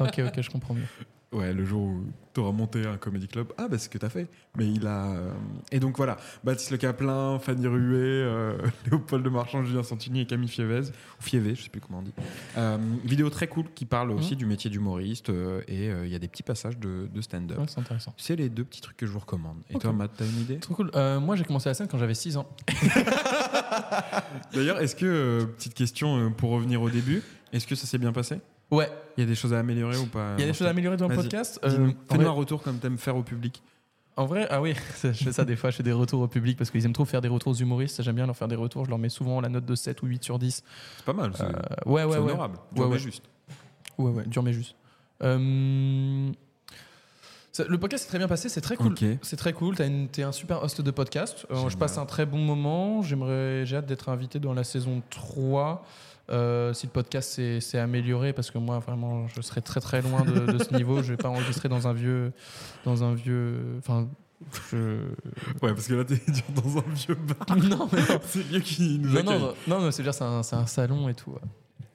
S1: ok, ok, je comprends mieux.
S2: Ouais, le jour où t'auras monté un comedy club, ah, bah, c'est ce que t'as fait. Mais il a. euh, Et donc voilà, Baptiste Le Caplin, Fanny Ruet, euh, *laughs* Léopold de Marchand, Julien Santini et Camille Fievez, ou Fievez, je sais plus comment on dit. Euh, vidéo très cool qui parle
S1: Mmh.
S2: aussi du métier d'humoriste euh, et euh, il y a des petits passages de, de stand-up.
S1: Ouais, c'est intéressant.
S2: C'est les deux petits trucs que je vous recommande. Et
S1: Ok.
S2: toi, Matt, t'as une idée
S1: Trop cool. Euh, moi, j'ai commencé la scène quand j'avais 6 ans.
S2: D'ailleurs, est-ce que, euh, petite question euh, pour revenir au début, est-ce que ça s'est bien passé
S1: Ouais.
S2: Il y a des choses à améliorer ou pas
S1: Il y a des choses à améliorer dans le
S2: Euh, Vas-y.
S1: podcast. Euh,
S2: Dis-nous.
S1: en,
S2: Fais-nous un
S1: vrai,
S2: retour comme t'aimes faire au public.
S1: en vrai, ah oui, *laughs* je fais ça des fois, je fais des retours au public parce qu'ils aiment trop faire des retours aux humoristes. J'aime bien leur faire des retours. Je leur mets souvent la note de 7 ou 8 sur 10.
S2: C'est pas mal, c'est
S1: Euh, ouais, ouais,
S2: c'est
S1: ouais.
S2: honorable.
S1: Ouais,
S2: Ouais,
S1: ouais.
S2: juste.
S1: Ouais, ouais, dur mais juste. Euh, ça- le podcast s'est très bien passé, c'est très cool.
S2: Ok.
S1: C'est très cool, t'as une- t'es un super host de podcast. Euh,
S2: Génial.
S1: je passe un très bon moment, J'aimerais, j'ai hâte d'être invité dans la saison 3. euh, si le podcast s'est s'est amélioré, parce que moi vraiment je serais très très loin de, de ce niveau, je vais pas enregistrer dans un vieux. Dans un vieux. Enfin. je-
S2: Ouais, parce que là, t'es *laughs* dur dans un vieux bar.
S1: *laughs* Non, mais non.
S2: *laughs* C'est mieux qui nous
S1: Non, euh,
S2: accueille.
S1: non, non, non, c'est bien, c'est un, c'est un salon et tout. ouais.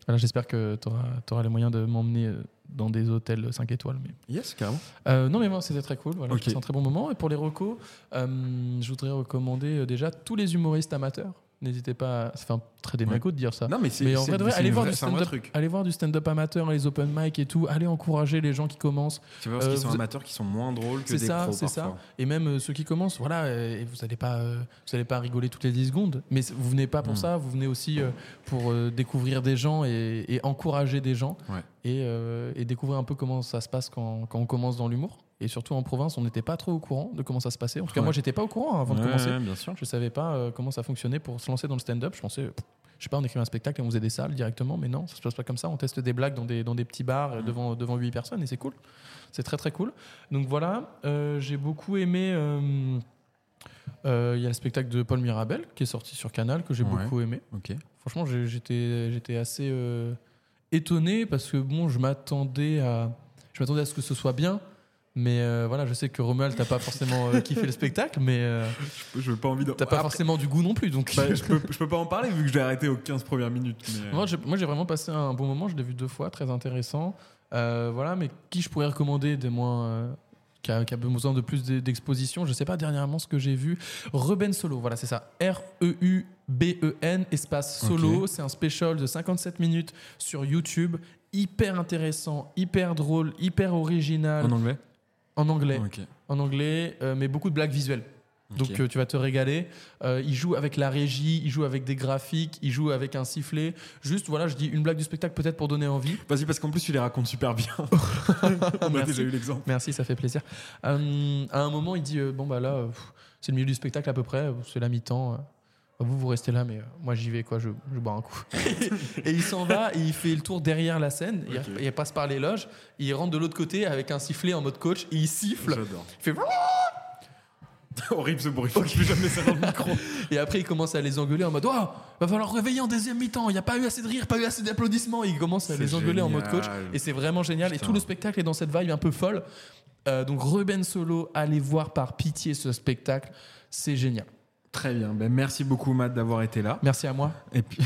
S1: Voilà, J'espère que tu auras les moyens de m'emmener euh, dans des hôtels 5 étoiles. Mais...
S2: Yes, carrément.
S1: Euh, non, mais moi, c'était très cool. Voilà,
S2: Ok.
S1: C'est un très bon moment. Et pour les recos, euh, je voudrais recommander euh, déjà tous les humoristes amateurs. N'hésitez pas. À... Ça fait un très démago de dire ça.
S2: Non, mais c'est
S1: Mais en
S2: c'est-
S1: vrai, de vrai,
S2: c'est
S1: allez,
S2: une
S1: voir
S2: vraie-
S1: du
S2: c'est un vrai
S1: stand-up-
S2: truc.
S1: allez voir du stand-up amateur, les open mic et tout. Allez encourager les gens qui commencent.
S2: Tu vois, parce
S1: Euh,
S2: qu'ils sont
S1: vous-
S2: amateurs, qui sont moins drôles que
S1: C'est
S2: des
S1: ça,
S2: pros.
S1: c'est ça.
S2: parfois.
S1: Et même euh, ceux qui commencent, voilà, euh, et vous n'allez pas, euh, vous allez pas rigoler toutes les 10 secondes. Mais c- vous venez pas pour
S2: Mm.
S1: ça, vous venez aussi euh, pour euh, découvrir des gens et, et encourager des gens
S2: Ouais.
S1: et, euh, et découvrir un peu comment ça se passe quand, quand on commence dans l'humour. Et surtout en province, on n'était pas trop au courant de comment ça se passait. En tout cas,
S2: Ouais.
S1: moi, j'étais pas au courant hein, avant de
S2: Ouais,
S1: commencer.
S2: ouais, bien sûr.
S1: Je savais pas euh, comment ça fonctionnait pour se lancer dans le stand-up. Je pensais, euh, pff, je sais pas, on écrivait un spectacle et on faisait des salles directement, mais non, ça se passe pas comme ça. On teste des blagues dans des, dans des petits bars euh, devant, devant 8 personnes et c'est cool. C'est très très cool. Donc voilà, euh, j'ai beaucoup aimé. euh, euh, Il y a le spectacle de Paul Mirabel qui est sorti sur Canal que j'ai
S2: Ouais.
S1: beaucoup aimé.
S2: Ok.
S1: Franchement, j'ai- j'étais j'étais assez euh, étonné parce que bon, je m'attendais à je m'attendais à ce que ce soit bien. Mais euh, voilà, je sais que Romuald, t'as pas forcément euh, kiffé le spectacle, mais euh,
S2: Je n'ai pas envie d'en
S1: t'as
S2: *laughs*
S1: pas Ah, forcément du goût non plus. Donc, *laughs*
S2: Bah, je, peux, je peux pas en parler vu que je l'ai arrêté aux 15 premières minutes. mais, euh,
S1: Moi, j'ai- moi, j'ai vraiment passé un bon moment. Je l'ai vu deux fois, très intéressant. Euh, voilà, mais qui je pourrais recommander des moins euh, qui, a, qui a besoin de plus d'e- d'exposition Je sais pas dernièrement ce que j'ai vu. Reuben Solo, voilà, c'est ça. R E U B E N espace solo. C'est un special de 57 minutes sur YouTube. Hyper intéressant, hyper drôle, hyper original
S2: En anglais
S1: en anglais,
S2: Ok.
S1: en anglais, euh, mais beaucoup de blagues visuelles. Donc
S2: Ok.
S1: euh, tu vas te régaler. Euh, il joue avec la régie, il joue avec des graphiques, il joue avec un sifflet. Juste, voilà, je dis une blague du spectacle peut-être pour donner
S2: *laughs*
S1: envie.
S2: Vas-y, parce qu'en plus, tu les racontes super bien. On a
S1: Merci.
S2: Ah, Oh, déjà eu l'exemple.
S1: Merci, ça fait plaisir. Euh, à un moment, il dit euh, bon bah là, euh, pff, c'est le milieu du spectacle à peu près, euh, c'est la mi-temps. euh, vous vous restez là, mais euh, moi j'y vais quoi, je, je bois un
S2: *laughs*
S1: coup. et il s'en va et il fait le tour derrière la scène. Il-
S2: Ok.
S1: Il, passe par les loges, il rentre de l'autre côté avec un sifflet en mode coach, et il siffle.
S2: J'adore.
S1: Il fait
S2: *laughs* Horrible ce bruit, je ne plus
S1: *laughs*
S2: jamais ça dans le micro.
S1: Et après, il commence à les engueuler en mode Waouh, va falloir réveiller en deuxième mi-temps. Il n'y a pas eu assez de rire, pas eu assez d'applaudissements. Il commence à
S2: C'est
S1: les engueuler en mode coach.
S2: génial.
S1: Et c'est vraiment génial. Et
S2: Putain.
S1: tout le spectacle est dans cette vibe un peu folle. Euh, donc, Ruben Solo, allez voir par pitié ce spectacle. C'est génial.
S2: Très bien, ben, merci beaucoup Matt d'avoir été là.
S1: Merci à moi.
S2: Et puis. *laughs*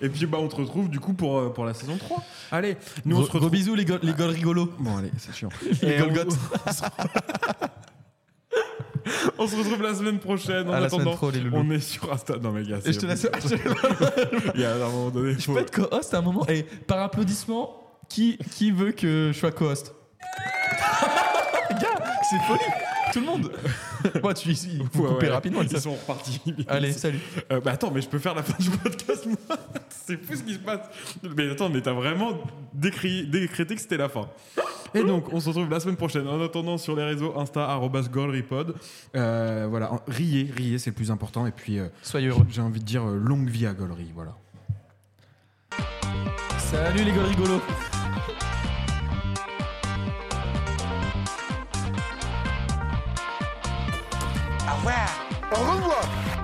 S2: Et puis bah on te retrouve du coup pour, euh, pour la saison 3. Allez, nous on
S1: Gros-
S2: se
S1: Gros
S2: retrouve.
S1: bisous, les, go- les gols rigolos.
S2: Bon allez, c'est chiant.
S1: Les
S2: *laughs* Et on-
S1: Golgotes.
S2: On se retrouve la semaine prochaine. En
S1: À la semaine
S2: attendant,
S1: pro, les loulous.
S2: on est sur Insta. Non, mais gars, c'est- Il y a un moment donné.
S1: Je peux être co-host à un moment. Et par applaudissement, qui, qui veut que je sois co-host *laughs* Gars, c'est folie Tout le monde Moi, tu il faut
S2: Ouais,
S1: couper
S2: ouais.
S1: rapidement.
S2: Ils
S1: ça.
S2: sont repartis.
S1: Allez, salut.
S2: Euh, bah attends, mais je peux faire la fin du podcast, moi. *laughs* C'est fou ce qui se passe. Mais attends, mais t'as vraiment décrit, décrété que c'était la fin. Et donc, on se retrouve la semaine prochaine. En attendant, sur les réseaux Insta, arrobas golripod. Euh, voilà, en- riez, riez, c'est le plus important. Et puis, euh,
S1: Soyez heureux.
S2: j'ai envie de dire euh, longue vie à Golry, voilà.
S1: Salut les gols rigolos
S3: Au revoir. Au revoir.